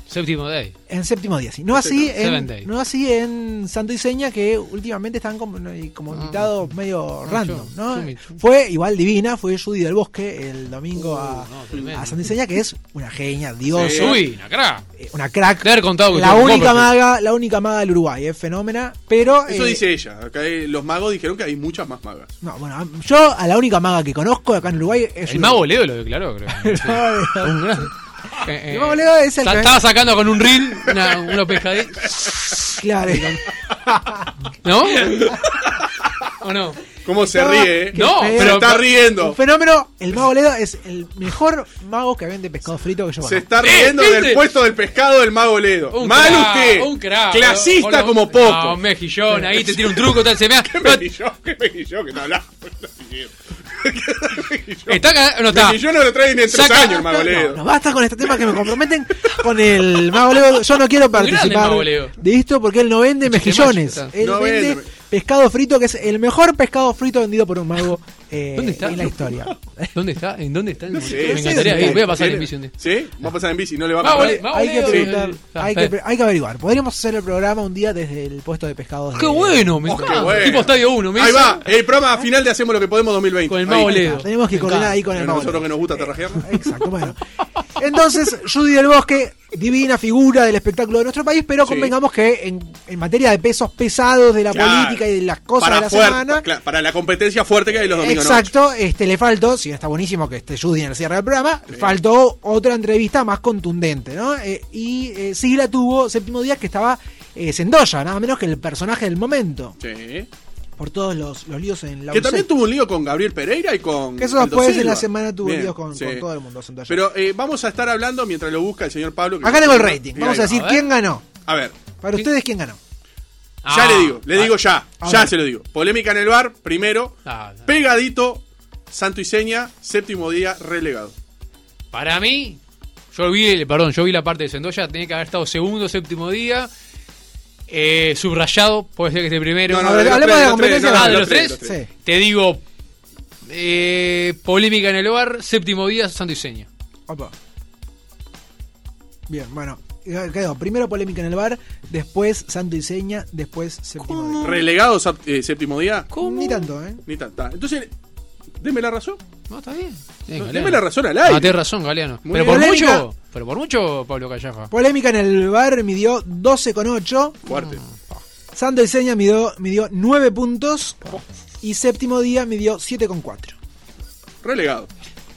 C: Séptimo day.
D: en séptimo día, sí. No así,
C: Seven Day.
D: en, no así en Santo y Seña, que últimamente están como, como invitados medio
C: No,
D: random,
C: Ah, yo-
D: ¿no?
C: yo me-
D: Fue igual divina, fue Judy del Bosque el domingo a,
C: Uh, no, tremendo.
D: a Santo y Seña, que es una genia, diosa,
B: Sí.
C: Uy, una cara.
D: eh, una crack.
C: De haber contado que
D: la
C: estuvo en
D: única
C: Copperfield.
D: maga, la única maga del Uruguay, es fenómena, pero...
B: Eso
D: eh,
B: dice ella. Acá eh, los magos dijeron que hay muchas más magas.
D: No, bueno, a- yo a la única maga que conozco acá en Uruguay es...
C: El
D: Uruguay.
C: mago Leo lo declaró, creo.
B: este.
C: Un gran- Eh, eh,
D: mago Leo es el
C: sa-
D: que-
C: Estaba sacando con un reel una, una pescadilla.
D: Claro.
C: ¿No? ¿O no?
B: ¿Cómo se
D: Estaba-
B: ríe? eh?
D: Ah, qué
C: No,
D: feo.
B: pero está riendo.
D: Un fenómeno, el mago Ledo es el mejor mago que vende pescado frito que yo
B: Se
D: conozco.
B: está riendo
C: Eh, ¿viste?
B: del puesto del pescado del mago Ledo.
C: Un
B: Mal
C: crack,
B: usted.
C: Un crack.
B: Clasista
C: Hola,
B: como
C: un-
B: poco.
C: No, un mejillón, ahí te tira un truco, tal, se me
B: ¿Qué mejillón? ¿Qué mejillón? Que no hablaba. ¿Qué mejillón?
C: Está acá, no está.
B: Mejillón no lo traen en tres
C: Saca-
B: años el mago
D: No,
B: Ledo.
D: no, basta con este tema que me comprometen con el mago Leo. Yo no quiero
C: grande
D: participar
C: mago Leo.
D: de esto porque él no vende
C: Mucho
B: Este
D: mejillones.
C: tema, ya
D: Él
B: No
D: vende,
B: vende.
D: pescado frito, que es el mejor pescado frito vendido por un mago eh,
C: ¿Dónde está?
D: en la historia.
C: ¿Dónde está? ¿En dónde está?
B: sé,
C: me
B: no sé
C: encantaría
D: dónde
C: ir. Voy a
B: está.
C: pasar
B: ¿Tiene?
C: en misión de.
B: ¿Sí? Va a pasar en bici, no le va a
C: Mago
B: comprar.
C: Ledo.
D: hay, que
C: Leo,
D: preguntar,
C: sí.
D: hay, que, pre- hay que averiguar. Podríamos hacer el programa un día desde el puesto de pescados.
C: Ah, ¡Qué
D: de-
C: bueno! Me
B: Oh,
C: encanta.
B: qué bueno.
C: Tipo estadio 1, me
B: Ahí
C: dice.
B: va, el programa final de Hacemos lo que podemos 2020.
C: Con el
B: Ahí.
C: mago Ledo.
D: Tenemos que
C: Me
D: coordinar
C: encanta.
D: ahí con el
B: Pero
D: mago
B: Nosotros
D: Leo.
B: que nos gusta terrajear.
D: Exacto, bueno. Entonces, Judy del Bosque, divina figura del espectáculo de nuestro país, pero
B: Sí.
D: convengamos que en, en materia de pesos pesados de la
B: Claro.
D: política y de las cosas
B: para
D: de la
B: fuerte,
D: semana.
B: cla- para la competencia fuerte que hay los domingos noche.
D: Exacto, este le faltó, si bien está buenísimo que esté Judy en el cierre del programa, faltó otra entrevista más contundente, ¿no? Eh, y eh, sí la tuvo séptimo día que estaba eh, Sendoya, nada menos que el personaje del momento,
B: Sí.
D: por todos los, los líos en la
B: Que
D: UCE.
B: también tuvo un lío con Gabriel Pereira y con.
D: Que eso
B: Aldo
D: después en
B: Silva.
D: la semana tuvo
B: Bien,
D: líos con,
B: sí.
D: con todo el mundo, Sendoya.
B: Pero eh, vamos a estar hablando mientras lo busca el señor Pablo. que-
D: Acá tengo el rating,
B: Mira,
D: vamos a
B: ahí va.
D: decir
C: A ver.
D: quién ganó.
B: A ver,
D: Para ustedes, ¿quién ganó?
B: ya
C: Ah,
B: le digo, le
C: ah,
B: digo ya,
D: A
B: ya
D: ver.
B: se lo digo. Polémica en el bar, primero.
C: Ah, no.
B: Pegadito, santo y seña, séptimo día, relegado.
C: Para mí, yo vi, el- perdón, yo vi la parte de Sendoya, tenía que haber estado segundo, séptimo día. Eh, subrayado, puede ser que esté primero.
B: No, no,
D: A ver,
B: de los
D: hablemos de la
B: tres,
D: competencia.
B: no,
C: Ah,
B: de
C: de
B: los
C: los
B: tres,
C: tres.
B: de los tres.
D: Sí.
C: Te digo, eh, polémica en el hogar, séptimo día, santo y seña.
D: Opa. Bien, bueno. eh, Quedó primero polémica en el bar, después Santo y Seña, después séptimo día.
B: Relegado, sap- eh, séptimo día.
D: Ni tanto, ¿eh?
B: Ni tanta. Entonces, deme la razón.
C: No, está bien. Bien,
B: No,
C: Galeano.
B: deme la razón al
C: Ah,
B: aire.
C: tenés razón, Galeano.
B: Muy
C: pero
B: bien.
C: por
D: Polémica.
C: mucho, pero por mucho, Pablo Callafa.
D: Polémica en el bar midió 12,8.
B: Fuerte.
D: Mm. Santo y Seña midió, midió 9 puntos. Y séptimo día midió 7,4.
B: Relegado.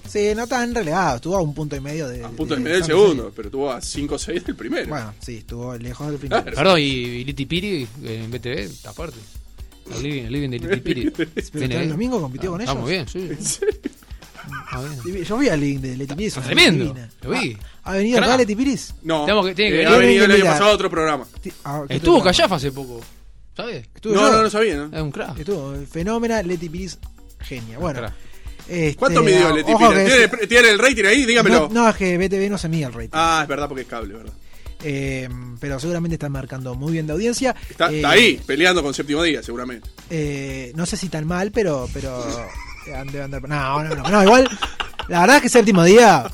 D: Sí, no tan relegado, estuvo a un punto y medio de.
B: A un punto
D: de-
B: en medio del
D: Santo y
B: segundo, pero tuvo a 5 o 6 del primero.
D: Seña. Bueno, sí, estuvo lejos del primero.
C: Perdón, y, y Liti Piri eh, en BTV, está fuerte. El living, el living de Liti Piri.
D: Pero
C: Tiene-
D: el domingo compitió con
C: está
D: ellos.
C: muy bien, sí. Está Ah, bien.
D: Divi- Yo vi a Leti de Leti Piris.
C: Está
D: una
C: tremendo,
D: divina.
C: lo vi.
D: ¿Ha, ha venido acá
C: Crack.
D: Leti Piris?
B: No,
C: Tenemos que- tiene que
B: eh,
C: ver.
B: ha venido el año
D: Mira.
B: pasado a otro programa.
D: Ti- ah, que
C: Estuvo
D: estuvo acá.
C: Callafa hace poco, ¿sabes?
D: Estuvo
B: No,
D: yo.
B: no, no sabía, ¿no?
C: Es un crack.
D: Estuvo eh, fenómena, Leti Piris, genia. Bueno.
C: Crack.
D: este,
B: ¿Cuánto midió Leti Eh,
D: ojo
B: Pira?
D: que
B: ¿Tiene,
D: es-
B: tiene el rating ahí? Dígamelo.
D: No, no, es que BTV no se mide el rating.
B: Ah, es verdad porque es cable, ¿verdad?
D: Eh, pero seguramente están marcando muy bien de audiencia.
B: Está,
D: Eh,
B: está ahí, peleando con séptimo día, seguramente.
D: eh, no sé si tan mal, pero. pero eh, han de andar- no, no, no, no, Igual, la verdad es que séptimo día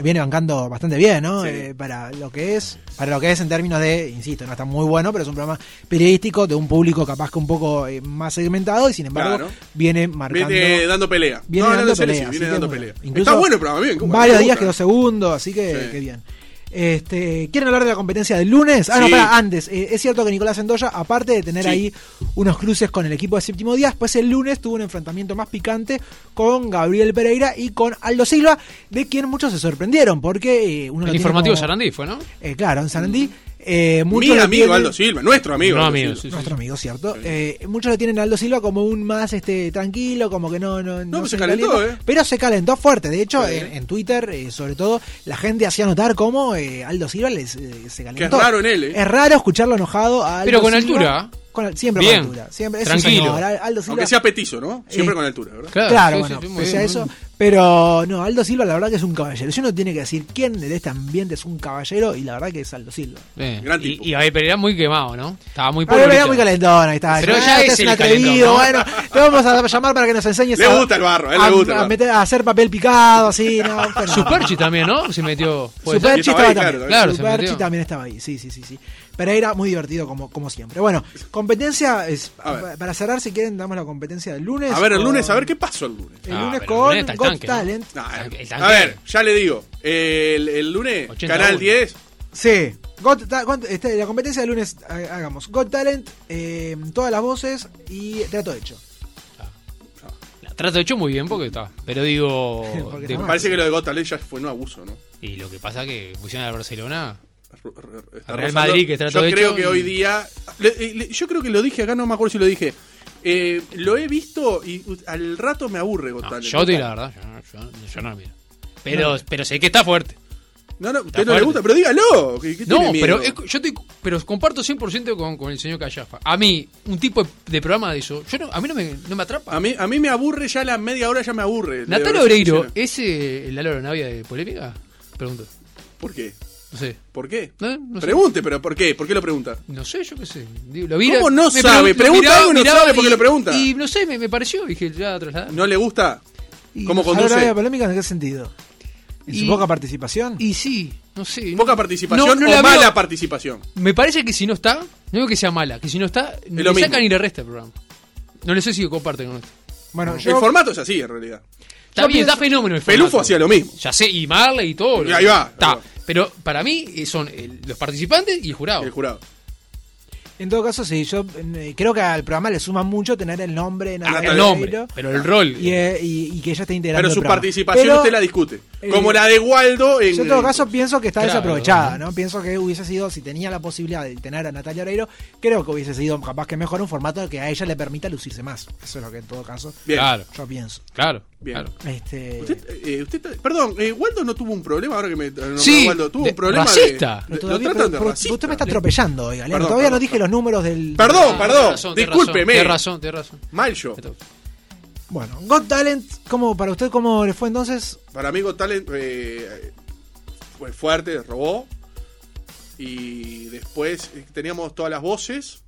D: viene bancando bastante bien, ¿no?
B: Sí.
D: Eh, para lo que es para lo que es en términos de insisto no está muy bueno pero es un programa periodístico de un público capaz que un poco eh, más segmentado y sin embargo
B: Claro.
D: viene marcando
B: Viene dando pelea.
D: Viene
B: no, no,
D: dando
B: en serio,
D: pelea,
B: sí,
D: así
B: viene
D: que
B: dando
D: bueno.
B: pelea.
D: Incluso
B: está bueno, pero bien. ¿cómo?
D: Varios
B: Me
D: días
B: gusta.
D: quedó segundo, así que,
B: Sí.
D: que bien. Este, ¿Quieren hablar de la competencia del lunes? Ah, no,
B: Sí.
D: para, antes. Eh, es cierto que Nicolás Sendoya, aparte de tener
B: Sí.
D: ahí unos cruces con el equipo de séptimo día, después el lunes tuvo un enfrentamiento más picante con Gabriel Pereira y con Aldo Silva, de quien muchos se sorprendieron, porque eh, uno lo
C: El
D: tiene
C: informativo
D: como-
C: Sarandí fue, ¿no?
D: eh, claro, en Sarandí. Eh, muchos
B: Mi
D: lo
B: amigo
D: tienen-
B: Aldo Silva, nuestro amigo.
C: No,
B: Aldo
C: amigo,
B: Silva.
C: sí, sí.
D: Nuestro amigo, ¿cierto? Eh, muchos lo tienen a Aldo Silva como un más este tranquilo, como que no... No,
B: pero se calentó, ¿eh?
D: Pero se calentó fuerte. De hecho,
B: Sí.
D: en, en Twitter, eh, sobre todo, la gente hacía notar cómo eh, Aldo Silva les, eh, se calentó.
B: raro en él, ¿eh?
D: Es raro escucharlo enojado a Aldo
C: Pero con
D: Silva.
C: altura.
D: Con al- siempre
C: Bien.
D: con altura. Siempre, es
C: Tranquilo.
D: un señor, Al- Aldo Silva-
B: Aunque sea petizo, ¿no? Siempre
D: Eh.
B: con altura, ¿verdad?
C: Claro,
D: Claro,
C: sí,
D: bueno,
C: sí, sí, muy
D: pese a
C: bien,
D: eso.
C: muy bien.
D: Pero no, Aldo Silva la verdad que es un caballero. Si uno tiene que decir quién de este ambiente es un caballero, y la verdad que es Aldo Silva.
C: Bien.
B: Gran
C: y,
B: tipo.
C: y Abel Pereira muy quemado, ¿no? Estaba muy
D: Ahora
C: pobrecito.
D: Ah, muy calentón, ahí está.
C: Pero
D: Ah,
C: ya
D: usted
C: es
D: un
C: el
D: atrevido,
C: calentón, ¿no?
D: Bueno, te vamos a llamar para que nos enseñes
B: Le
D: a-
B: gusta el barro, a él le
D: a-
B: gusta el
D: a
B: barro.
D: meter- a hacer papel picado, así, no, un fenómeno.
C: Superchi también, ¿no? Se metió. puede ser.
B: Y
D: Superchi
B: estaba
D: estaba
B: ahí,
D: también.
B: claro,
C: claro, se
D: Superchi
C: metió.
D: también estaba ahí, sí, sí, sí, sí. Pero era muy divertido como, como siempre. Bueno, competencia es
B: A ver.
D: para cerrar si quieren damos la competencia del lunes.
B: A ver, el
D: con-
B: lunes, a ver qué pasó el lunes.
D: El
C: Ah,
D: lunes
C: pero el
D: con
C: lunes está el
D: Got
C: tanque, ¿no?
D: Talent.
B: Nah, eh,
C: El tanque.
B: a ver, ya le digo. El, el lunes,
C: 81.
B: Canal 10.
D: Ah, Sí. Got Ta- Got- este, la competencia del lunes ha- hagamos. Got Talent, eh, todas las voces y trato hecho.
C: La trato hecho muy bien porque está. Pero digo.
D: Porque
C: de-
D: está
B: Me
D: mal.
B: parece que lo de Gotalé ya fue no abuso, ¿no?
C: y lo que pasa que pusieron al Barcelona.
B: Ru- ru- ru- está
C: Real
B: rozando-
C: Madrid, que está
B: Yo
C: todo
B: creo
C: hecho
B: que
C: y-
B: hoy día. le- le- yo creo que lo dije acá, no me acuerdo si lo dije. Eh, lo he visto y uh, al rato me aburre
C: No,
B: Gotalé.
C: yo te digo la verdad, yo, no- yo no- yo no lo miro. Pero, pero sé que está fuerte.
B: No, no, usted no
C: Está
B: le
C: fuerte.
B: gusta, pero dígalo. ¿qué- qué
C: No,
B: tiene miedo?
C: pero es- yo te, pero comparto 100% con, con el señor Callafa. A mí, un tipo de, de programa de eso, yo no- a mí no me, no me atrapa.
B: A mí, a mí me aburre ya la media hora, ya me aburre.
C: Natalio
B: De-
C: Oreiro, ¿es eh, el Lalo Aranavia de polémica? Pregunto.
B: ¿Por qué?
C: No sé.
B: ¿Por qué?
C: No, no sé.
B: Pregunte, pero ¿por qué? ¿Por qué lo pregunta?
C: No sé, yo qué sé. Digo, Lo vi,
B: ¿Cómo
C: la-
B: no
C: me
B: sabe?
C: pregun- lo
B: Pregunta
C: miraba,
B: algo y no
C: miraba
B: sabe por qué
C: y-
B: lo pregunta.
C: Y no sé, me, me pareció, dije, ya trasladar.
B: ¿No le gusta? ¿Cómo
D: Ahora
B: conduce?
D: la polémica en qué sentido? ¿En su
C: Y-
D: poca participación?
C: Y sí, no sé.
B: ¿Poca
C: no-
B: participación
C: no- no la
B: o mala
C: veo.
B: participación?
C: Me parece que si no está, no digo que sea mala, que si no está, no
B: lo
C: le
B: mismo.
C: sacan y le resta el programa. No le sé si lo comparten con esto.
D: bueno,
B: El
D: yo,
B: formato es así, en realidad.
C: Está
D: Yo
C: bien,
D: pienso-
C: está fenómeno el
B: Pelufo
C: formato.
B: hacía lo mismo.
C: Ya sé, y Marley y todo.
B: Y ahí va, ahí
C: Está.
B: va.
C: Pero para mí eh, son el- los participantes y el jurado.
B: El jurado.
D: en todo caso, sí, yo eh, creo que al programa le suma mucho tener el nombre en
C: Ah, el nombre, pero el rol.
D: Y, eh, y- y que ella esté integrando.
B: Pero
D: el
B: su
D: programa.
B: participación
D: Pero
B: usted la discute.
D: eh,
B: Como la de Waldo en.
D: Yo en todo caso pienso que está
C: Claro,
D: desaprovechada, ¿no? Pienso que hubiese sido, si tenía la posibilidad de tener a Natalia Oreiro, creo que hubiese sido capaz que mejor un formato que a ella le permita lucirse más. Eso es lo que en todo caso
B: Bien.
C: Claro,
D: yo pienso.
C: claro.
B: Bien.
C: claro.
D: Este,
B: Usted, eh, usted- perdón, eh, Waldo no tuvo un problema ahora que me. nombró
C: Sí,
B: Waldo tuvo
C: de-
B: un problema.
C: racista.
B: De,
D: pero
B: lo
D: todavía-
B: tratan de
D: pero- pero
B: racista.
D: usted me está atropellando hoy, Galeno.
B: Perdón,
D: todavía no
B: perdón,
D: dije
B: perdón.
D: los números del...
B: Perdón,
C: Ah,
B: perdón.
C: tenés razón, tenés
B: discúlpeme.
C: razón, Tienes razón,
B: Mal yo.
C: tienes razón.
D: Bueno, Got Talent, ¿cómo, para usted cómo le fue entonces?
B: Para mí, Got Talent eh, fue fuerte, robó. Y después eh, teníamos todas las voces.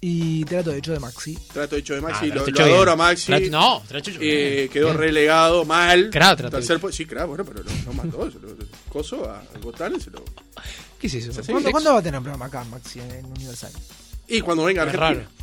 D: Y trato de hecho de Maxi.
B: Trato hecho de
C: Ah,
B: Maxi. lo
C: Trato
B: lo
C: hecho bien.
B: adoro a Maxi.
C: Trato- no, Trato hecho
B: Eh,
C: bien.
B: quedó
C: Bien.
B: relegado mal.
C: Crá, Trato
B: Tercer
C: hecho.
B: pu- Sí, Crá, bueno, pero lo, lo mató. se lo- coso a Got Talent se lo.
C: ¿Qué es eso?
B: Sí,
D: ¿Cuándo,
B: sí.
D: cuándo va a tener un programa acá, Maxi, en Universal?
B: Y cuando venga
C: Es
B: Argentina.
C: raro.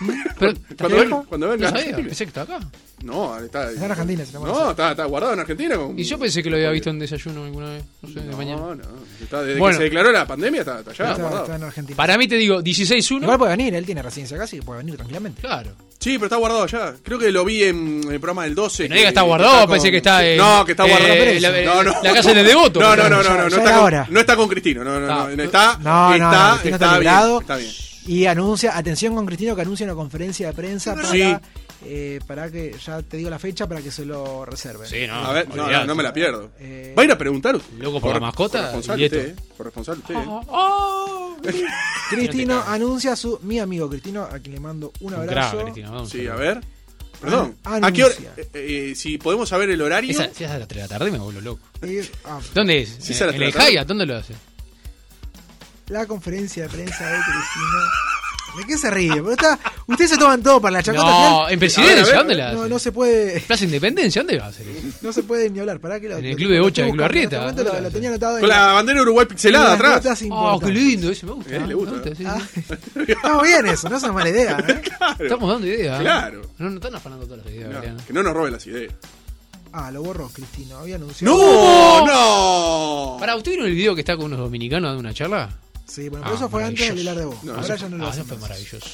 C: Pero,
B: Cuando
C: ¿qué?
B: venga, cuando venga
C: No sabía,
B: Argentina.
C: pensé que estaba acá.
B: No, está,
D: Está en Argentina, se lo van a
B: No,
D: hacer.
B: está, está guardado en Argentina. con-
C: Y yo pensé que lo había visto en desayuno alguna vez. No sé, de mañana.
B: No, no. Está, desde
C: Bueno.
B: que se declaró la pandemia está, está allá,
D: Está-
B: guardado.
D: está en Argentina.
C: Para mí te digo,
D: Igual
C: 16-1.
D: puede venir, él tiene residencia acá, así que puede venir tranquilamente.
C: Claro.
B: Sí, pero está guardado allá. Creo que lo vi en el programa del 12.
C: No diga que está guardado, parece que está en-
B: No, que está
C: eh,
B: guardado.
C: la-
B: Pérez. no, no.
C: la casa de Devoto. Ah.
B: No, no, no, no. No,
D: Ya-
B: no
D: ya
B: está,
D: era
B: con,
D: hora.
B: no está con Cristino. No, no, no.
C: No.
B: no, Está,
D: No, no,
B: está,
D: Cristina
B: está
D: está
B: bien.
D: librado.
B: Está bien.
D: Y anuncia, atención con Cristino que anuncia una conferencia de prensa para,
B: Sí.
D: eh, para que, ya te digo la fecha, para que se lo reserven.
C: Sí, no.
B: A ver, no, no,
C: Ah, olvidate.
B: no me la pierdo.
D: Eh,
B: Va a ir a preguntar usted.
C: Loco por la
B: Corre-
C: mascota,
B: Corresponsal
C: y
B: usted,
C: esto.
B: eh. Corresponsal usted. eh.
C: Oh, oh.
D: Cristino
C: No te cagas.
D: anuncia su, mi amigo Cristino, a quien le mando un
C: Un
D: abrazo.
C: grave, Cristina, vamos.
B: Sí, a ver. Perdón.
D: Anuncia.
B: ¿A qué hora? eh, eh, si podemos saber el horario.
C: Esa, si es a las 3 de la tarde me vuelvo loco.
D: Eh, ah,
C: ¿Dónde es?
B: Sí, es a las
C: ¿En
B: tres
C: el
B: de la tarde.
C: Hyatt? ¿Dónde lo hace?
D: la conferencia de prensa de Cristino. ¿De qué se ríe? Pero está- ustedes se toman todo para la chacota.
C: No,
D: final.
C: en Presidencia,
B: A ver, a ver,
C: ¿dónde la hace?
D: no, no se puede.
C: Plaza Independencia, ¿dónde va a ser?
D: No se puede ni hablar. ¿Para qué lo
C: En el
D: lo-
C: club de
D: lo
C: Bocha, el
D: estoy
C: club
D: buscando, en este
C: Arrieta,
D: momento
C: ¿no?
D: lo, lo tenía anotado en
B: Con la bandera Uruguay pixelada
D: las
B: atrás.
D: notas
C: Oh, qué
D: importantes.
C: lindo, ese me gusta.
B: Eh, le
C: me
B: gusta.
C: sí,
D: Ah,
C: sí.
D: Estamos bien eso, no es una mala idea. ¿no?
C: Estamos dando ideas. ¿eh?
B: Claro.
C: No, no están afanando todas las ideas,
B: No,
C: Mariano.
B: que no nos roben las ideas.
D: Ah, lo borró Cristino, había anunciado. ¡Oh!
B: ¡No! ¡No!
C: Pará, ¿usted vieron el video que está con unos dominicanos dando una charla?
D: Sí, bueno, pero
C: Ah,
D: eso fue antes del
C: maravilloso.
D: hilar de vos.
B: No,
D: Ahora
B: eso-
D: ya no
C: ah,
D: lo hace
C: eso fue
D: más.
C: maravilloso.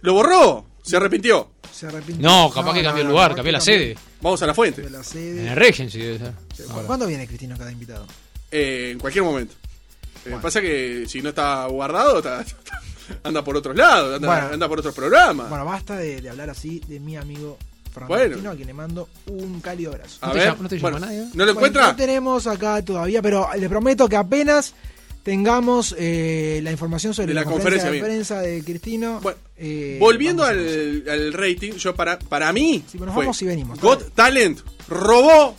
B: ¿Lo borró? ¿Se arrepintió?
D: Se arrepintió.
C: No, capaz que cambió el
D: no,
C: lugar,
D: capaz
C: cambió
D: que
C: la sede.
B: Vamos a la
D: cambió
B: fuente.
D: la
C: En
D: sede.
C: el Regency debe ser.
D: ¿Cuándo viene Cristino cada invitado?
B: Eh, en cualquier momento. Lo que pasa que si no está guardado, está- anda por otros lados, anda,
D: Bueno.
B: anda por otros programas.
D: Bueno, basta de, de hablar así de mi amigo Fernando
B: Ah. Bueno. Ah,
D: Martino, a quien le mando un cálido abrazo.
B: a
C: ¿No te
B: ver,
C: llama- no te
B: bueno,
C: llama nadie?
B: ¿no lo
D: Bueno,
B: encuentra?
D: No tenemos acá todavía, pero les prometo que apenas tengamos eh, la información sobre
B: De la
D: la, conferencia,
B: conferencia, bien.
D: de prensa de Cristino.
B: Bueno,
D: eh,
B: Volviendo
D: vamos a conocer.
B: al, al rating, yo para, para mí.
D: Sí, pero nos
B: fue
D: vamos y venimos,
B: Got
D: dale.
B: Talent robó,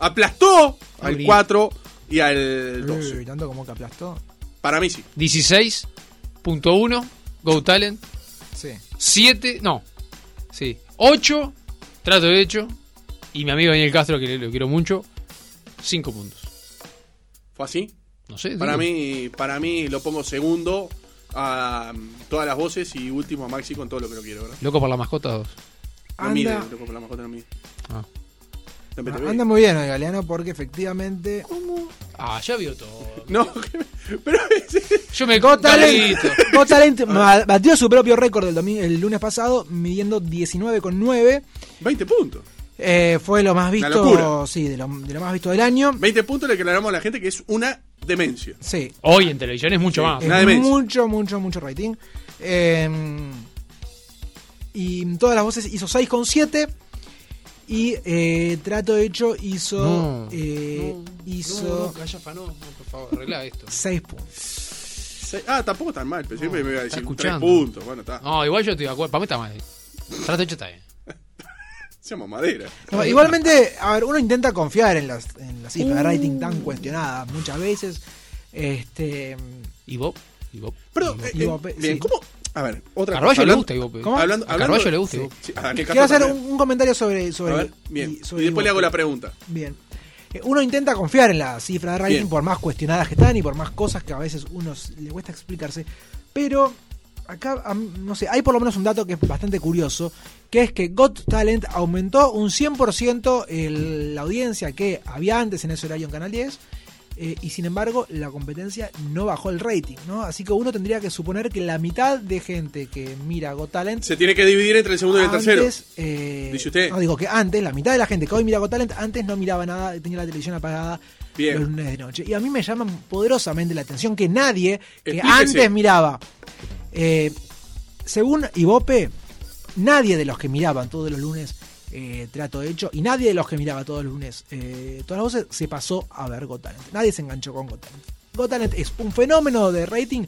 B: aplastó al
C: Abrí.
B: 4 y al 12.
D: Uy, tanto como que aplastó.
B: Para mí sí.
C: 16.1, Go Talent.
D: Sí.
C: 7, no. Sí. 8, trato de hecho. Y mi amigo Daniel Castro, que lo quiero mucho, 5 puntos.
B: ¿Fue así?
C: No sé.
B: Para
C: digo,
B: mí, para mí lo pongo segundo a um, todas las voces y último a Maxi con todo lo que lo quiero, ¿verdad?
C: Loco por la mascota 2.
B: No
D: Anda.
B: mide, loco, por la mascota no mide.
C: Ah.
B: No,
D: Ah,
B: PTV.
D: Anda muy bien el Galeano porque efectivamente.
C: Ah, ya vio todo.
B: No, pero es-
C: Yo me
D: Got Talent,
C: Carlito.
D: Got Talent ma- batió su propio récord el, domi- el lunes pasado, midiendo 19,9.
B: 20 puntos.
D: Eh, fue lo más visto.
B: locura.
D: Sí, de lo, de lo más visto del año.
B: 20 puntos le aclaramos a la gente que es una demencia.
D: Sí,
C: Hoy en televisión es mucho
B: Sí.
C: más.
D: Es
B: Nada de menos.
D: mucho, mucho, mucho rating. Eh, y todas las voces hizo 6,7. Y eh, Trato Hecho hizo.
C: No,
D: eh, hizo
C: calla, pa, no, no, por favor, arregla esto.
D: 6 puntos.
B: Se- Ah, tampoco tan mal, pero siempre me iba a decir tres
C: escuchando.
B: puntos. Bueno, está.
C: No, igual yo estoy de acuerdo. Para mí está mal. Trato hecho está bien.
B: Seamos madera.
D: No, igualmente, a ver, uno intenta confiar en las, en las cifras de rating tan
C: Uh.
D: cuestionadas muchas veces. Este.
C: Y Bob. Y Bob.
B: Pero, eh, eh,
D: Ivo Pe-
B: bien,
D: sí.
B: ¿cómo? A ver, otra cosa.
C: Carballo le
B: hablando-
C: gusta Ivo Pe.
D: ¿Cómo?
B: Hablando,
C: A
B: hablando-
C: Carballo le gusta Ivo Pe.
B: Sí, a Daniel
D: Quiero
B: Castro
D: hacer
B: también.
D: un, un comentario sobre.
B: A
D: sobre
B: ver, bien. Y,
D: sobre
B: después le hago
D: Ivo
B: la
D: Pe.
B: pregunta.
D: Bien. Eh, Uno intenta confiar en las cifras de rating
B: Bien.
D: por más cuestionadas que están y por más cosas que a veces uno s- le cuesta explicarse. Pero acá, a mí, no sé, hay por lo menos un dato que es bastante curioso, que es que Got Talent aumentó un 100% el- la audiencia que había antes en ese horario en Canal 10. eh, y sin embargo, la competencia no bajó el rating, ¿no? Así que uno tendría que suponer que la mitad de gente que mira Got Talent
B: Se tiene que dividir entre el segundo y el tercero.
D: antes, eh,
B: Dice usted.
D: No, digo que antes, la mitad de la gente que hoy mira Got Talent, antes no miraba nada, tenía la televisión apagada
B: Bien.
D: los lunes de noche. Y a mí me llaman poderosamente la atención que nadie que
B: Explíquese.
D: antes miraba. eh, según Ibope, nadie de los que miraban todos los lunes eh, trato hecho y nadie de los que miraba todos los lunes eh, todas las voces se pasó a ver Got Talent. Nadie se enganchó con Got Talent. Got Talent es un fenómeno de rating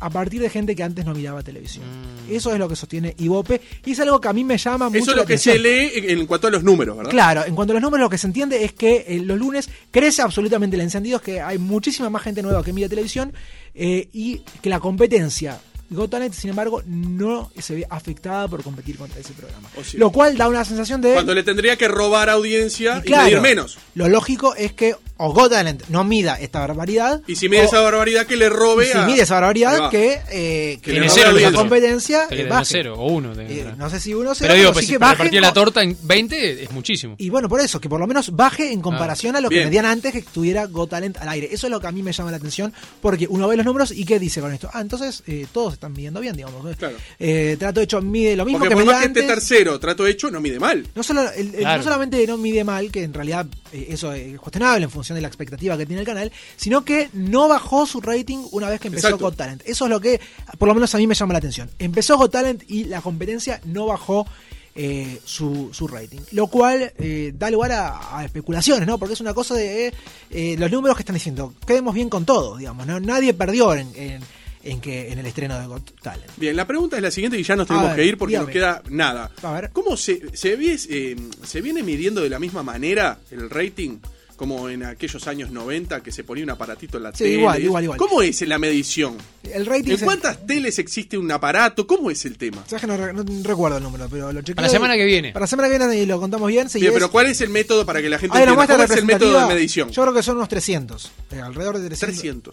D: a partir de gente que antes no miraba televisión. Eso es lo que sostiene Ibope y es algo que a mí me llama mucho
B: Mm. Eso es
D: la
B: lo que
D: atención.
B: se lee en, en cuanto a los números, ¿verdad?
D: Claro, en cuanto a los números, lo que se entiende es que eh, los lunes crece absolutamente el encendido, es que hay muchísima más gente nueva que mira televisión eh, y que la competencia. GoTalent, sin embargo, no se ve afectada por competir contra ese programa.
B: O sea,
D: lo cual da una sensación de.
B: Cuando le tendría que robar audiencia y,
D: claro,
B: medir menos.
D: Lo lógico es que o GoTalent no mida esta barbaridad.
B: Y si mide
D: o-
B: esa barbaridad, que le robe
D: y si
B: a.
D: mide esa
B: Ahí va.
D: barbaridad, que, eh, que
B: Que le
D: la
B: cero,
D: la
B: le-
D: competencia.
C: Tenés que
D: eh,
C: tener
D: baje.
C: cero o uno. tenés que
D: Eh,
C: tener.
D: no sé si uno se
C: Pero digo, pues,
D: sí
C: si
D: que
C: repartir
D: bajen
C: la
D: o-
C: torta en 20 es muchísimo.
D: Y bueno, por eso, que por lo menos baje en comparación a lo que
B: Ah, bien.
D: medían antes que estuviera Got Talent al aire. Eso es lo que a mí me llama la atención, porque uno ve los números y ¿qué dice con esto? Ah, entonces eh, todos están midiendo bien, digamos.
B: Claro.
D: Eh, trato hecho mide lo mismo
B: Porque
D: que
B: por
D: medía
B: más que esté
D: antes.
B: tercero, trato hecho, no mide mal.
D: No, solo, el- el-
C: Claro.
D: no solamente no mide mal, que en realidad eh, eso es cuestionable en función de la expectativa que tiene el canal, sino que no bajó su rating una vez que empezó
B: Exacto.
D: Got Talent. Eso es lo que, por lo menos a mí me llama la atención. Empezó Got Talent y la competencia no bajó eh, su, su rating. Lo cual eh, da lugar a, a especulaciones, ¿no? Porque es una cosa de eh, eh, los números que están diciendo. Quedemos bien con todo, digamos. ¿no? Nadie perdió en, en- en que, en el estreno de Got Talent.
B: Bien, la pregunta es la siguiente y ya nos tenemos
D: ver,
B: que ir porque
D: dígame.
B: nos queda nada.
D: A ver.
B: ¿Cómo se, se, ve- eh, se viene midiendo de la misma manera el rating como en aquellos años 90 que se ponía un aparatito en la
D: Sí,
B: tele?
D: igual,
B: y
D: igual,
B: eso?
D: igual.
B: ¿Cómo es la medición?
D: El rating
B: ¿En
D: se-
B: cuántas teles existe un aparato? ¿Cómo es el tema?
D: Sabes que no, re- no recuerdo el número, pero lo chequeo.
C: Para la semana que viene.
D: Para la semana que viene lo contamos bien. sí,
B: Bien,
D: es-
B: pero ¿cuál es el método para que la gente
D: hay una
B: entienda?
D: muestra
B: ¿Cuál es el método de
D: representativa.
B: medición?
D: Yo creo que son unos 300. eh, alrededor de
B: 300.
D: 300.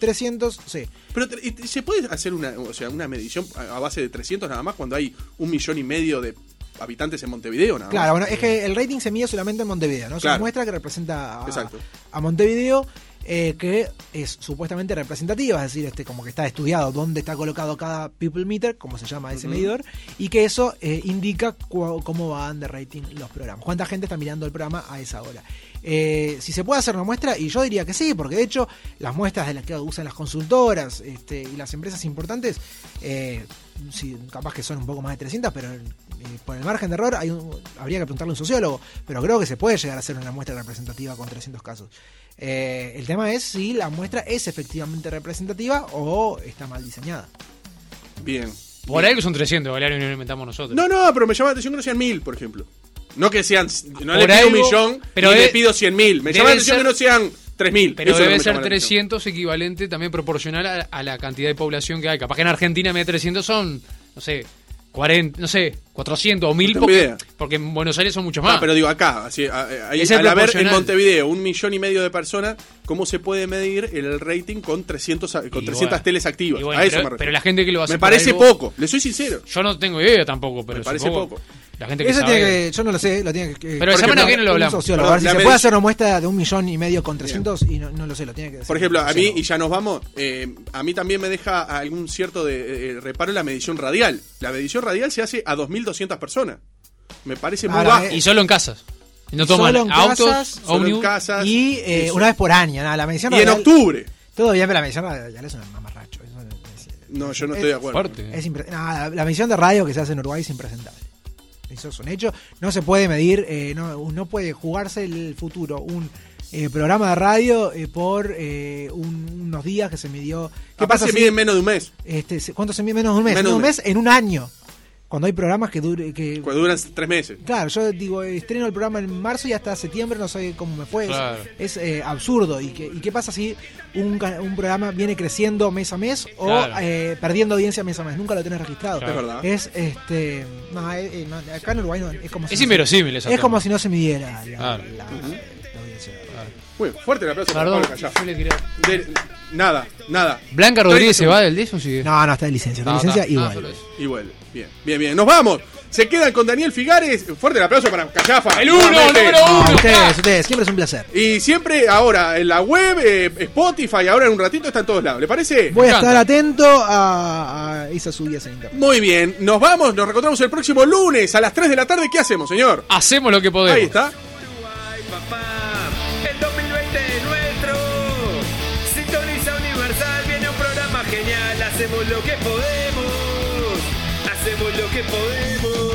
D: 300, sí.
B: Pero tre- y- se puede hacer una, o sea, una medición a a base de 300 nada más cuando hay un millón y medio de habitantes en Montevideo, nada más?
D: Claro, bueno, ah. es que el rating se mide solamente en Montevideo, ¿no? Es una
B: Ah, Claro.
D: muestra que representa a,
B: Exacto.
D: a Montevideo. eh, que es supuestamente representativa, es decir, este, como que está estudiado dónde está colocado cada people meter, como se llama ese medidor, y que eso eh, indica cu- cómo van de rating los programas, cuánta gente está mirando el programa a esa hora. Eh, si se puede hacer una muestra, y yo diría que sí, porque de hecho las muestras de las que usan las consultoras este, y las empresas importantes, eh, sí, capaz que son un poco más de 300, pero eh, por el margen de error hay un- habría que preguntarle a un sociólogo, pero creo que se puede llegar a hacer una muestra representativa con 300 casos. Eh, el tema es si la muestra es efectivamente representativa o está mal diseñada.
B: Bien.
C: Por algo son 300, Valerio, y no lo inventamos nosotros.
B: No, no, pero me llama la atención que no sean mil, por ejemplo. No que sean. No
C: Por
B: le pido un
C: algo,
B: millón,
C: pero
B: pero le
C: es-
B: pido cien mil. Me
C: debe
B: llama la atención
C: ser-
B: que no sean tres mil.
C: Pero
B: Eso es lo
C: debe
B: que me
C: ser
B: llama la atención.
C: 300 equivalente también proporcional a, a la cantidad de población que hay. Capaz que en Argentina media 300 son, no sé, 40, no sé, 400 o 1000
B: tengo idea.
C: porque, porque en Buenos Aires son muchos más.
B: No, pero digo, acá, así, a- a- ahí,
C: Ah. Es el
B: al haber en
C: proporcional.
B: Montevideo un millón y medio de personas, ¿cómo se puede medir el rating con 300, a- con
C: Y
B: 300
C: bueno,
B: teles activas?
C: y bueno,
B: a eso
C: pero,
B: me refiero.
C: pero la gente que lo hace
B: me
C: por
B: parece
C: algo-
B: poco, le soy sincero.
C: Yo no tengo idea tampoco, pero
B: Me parece
C: supongo-
B: poco.
C: La gente que
D: Eso
C: sabe.
D: tiene que, yo no lo sé, lo tiene que...
C: Pero el
D: porque
C: semana
D: no-
C: que viene lo
D: un
C: hablamos.
D: sociólogo,
B: Perdón,
D: a ver si
B: la
D: se
B: medic-
D: puede hacer una muestra de un millón y medio con 300 y no, no lo sé, lo tiene que decir
B: Por
D: un
B: ejemplo, a mí,
D: sociólogo.
B: y ya nos vamos, eh, a mí también me deja algún cierto de, eh, reparo la medición radial. La medición radial se hace a 2.200 personas. Me parece muy
D: Ahora,
B: bajo.
D: eh,
C: Y solo en casas. Y no
D: Solo
C: toman
D: en
C: autos,
D: casas,
B: Solo en
C: ómnibus.
B: casas.
D: Y eh,
B: eso.
D: una vez por año, nada, la medición
B: Y en
D: radial-
B: octubre.
D: Todo bien, pero la medición radial es un mamarracho. eso es- es-
B: No, yo no
D: es-
B: estoy de acuerdo.
C: Fuerte.
D: es impre- no, la, la medición de radio que se hace en Uruguay es impresentable. Eso es un hecho. No se puede medir, eh, no, no puede jugarse el futuro. Un eh, programa de radio eh, por eh, un- unos días que se midió.
B: ¿Qué pasa si
D: si-
B: miden menos de un mes?
D: este, se- ¿Cuánto se mide menos de un mes?
B: Menos
D: Menos
B: de
D: un
B: un mes.
D: mes en un año. Cuando hay programas que dure. Que,
B: Cuando duran tres meses.
D: Claro, yo digo, estreno el programa en marzo y hasta septiembre no sé cómo me fue. Es-
C: Claro.
D: Es, eh, absurdo. ¿Y qué, y qué pasa si un, ca- un programa viene creciendo mes a mes o
C: Claro.
D: eh, perdiendo audiencia mes a mes? Nunca lo tenés registrado.
C: Claro.
B: Es verdad.
D: Es, este. no, eh, eh, no, acá en Uruguay no, es como
C: Es
D: no se-
C: inverosímil esa
D: Es como
C: toma.
D: si no se midiera la,
C: Claro.
D: la- la audiencia.
B: Muy bien, fuerte el aplauso para
C: Perdón,
B: Pablo Callao.
C: yo le quería-
B: De- nada, nada.
C: ¿Blanca
B: Estoy
C: Rodríguez se
B: seguro.
C: va del 10 o sigue?
D: No, no, está de licencia. Está de
C: No,
D: licencia
C: no,
D: y
C: no,
D: vuelve.
C: solo eso.
B: Y vuelve. Bien, bien, bien. Nos vamos. Se quedan con Daniel Figares. Fuerte el aplauso para Callafa.
C: El uno,
B: Nuevamente.
C: número
D: No,
C: Uno,
D: ustedes,
C: claro.
D: ustedes, siempre es un placer.
B: Y siempre ahora en la web, eh, Spotify, ahora en un ratito está en todos lados. ¿Le parece?
D: Voy a
C: encanta.
D: estar atento a, a esas subidas en internet.
B: Muy bien. Nos vamos. Nos reencontramos el próximo lunes a las 3 de la tarde. ¿Qué hacemos, señor?
C: Hacemos lo que podemos.
B: Ahí está.
E: El 2020 es nuestro. Sintoniza Universal, viene un programa genial. Hacemos lo que podemos. Hacemos lo que podemos.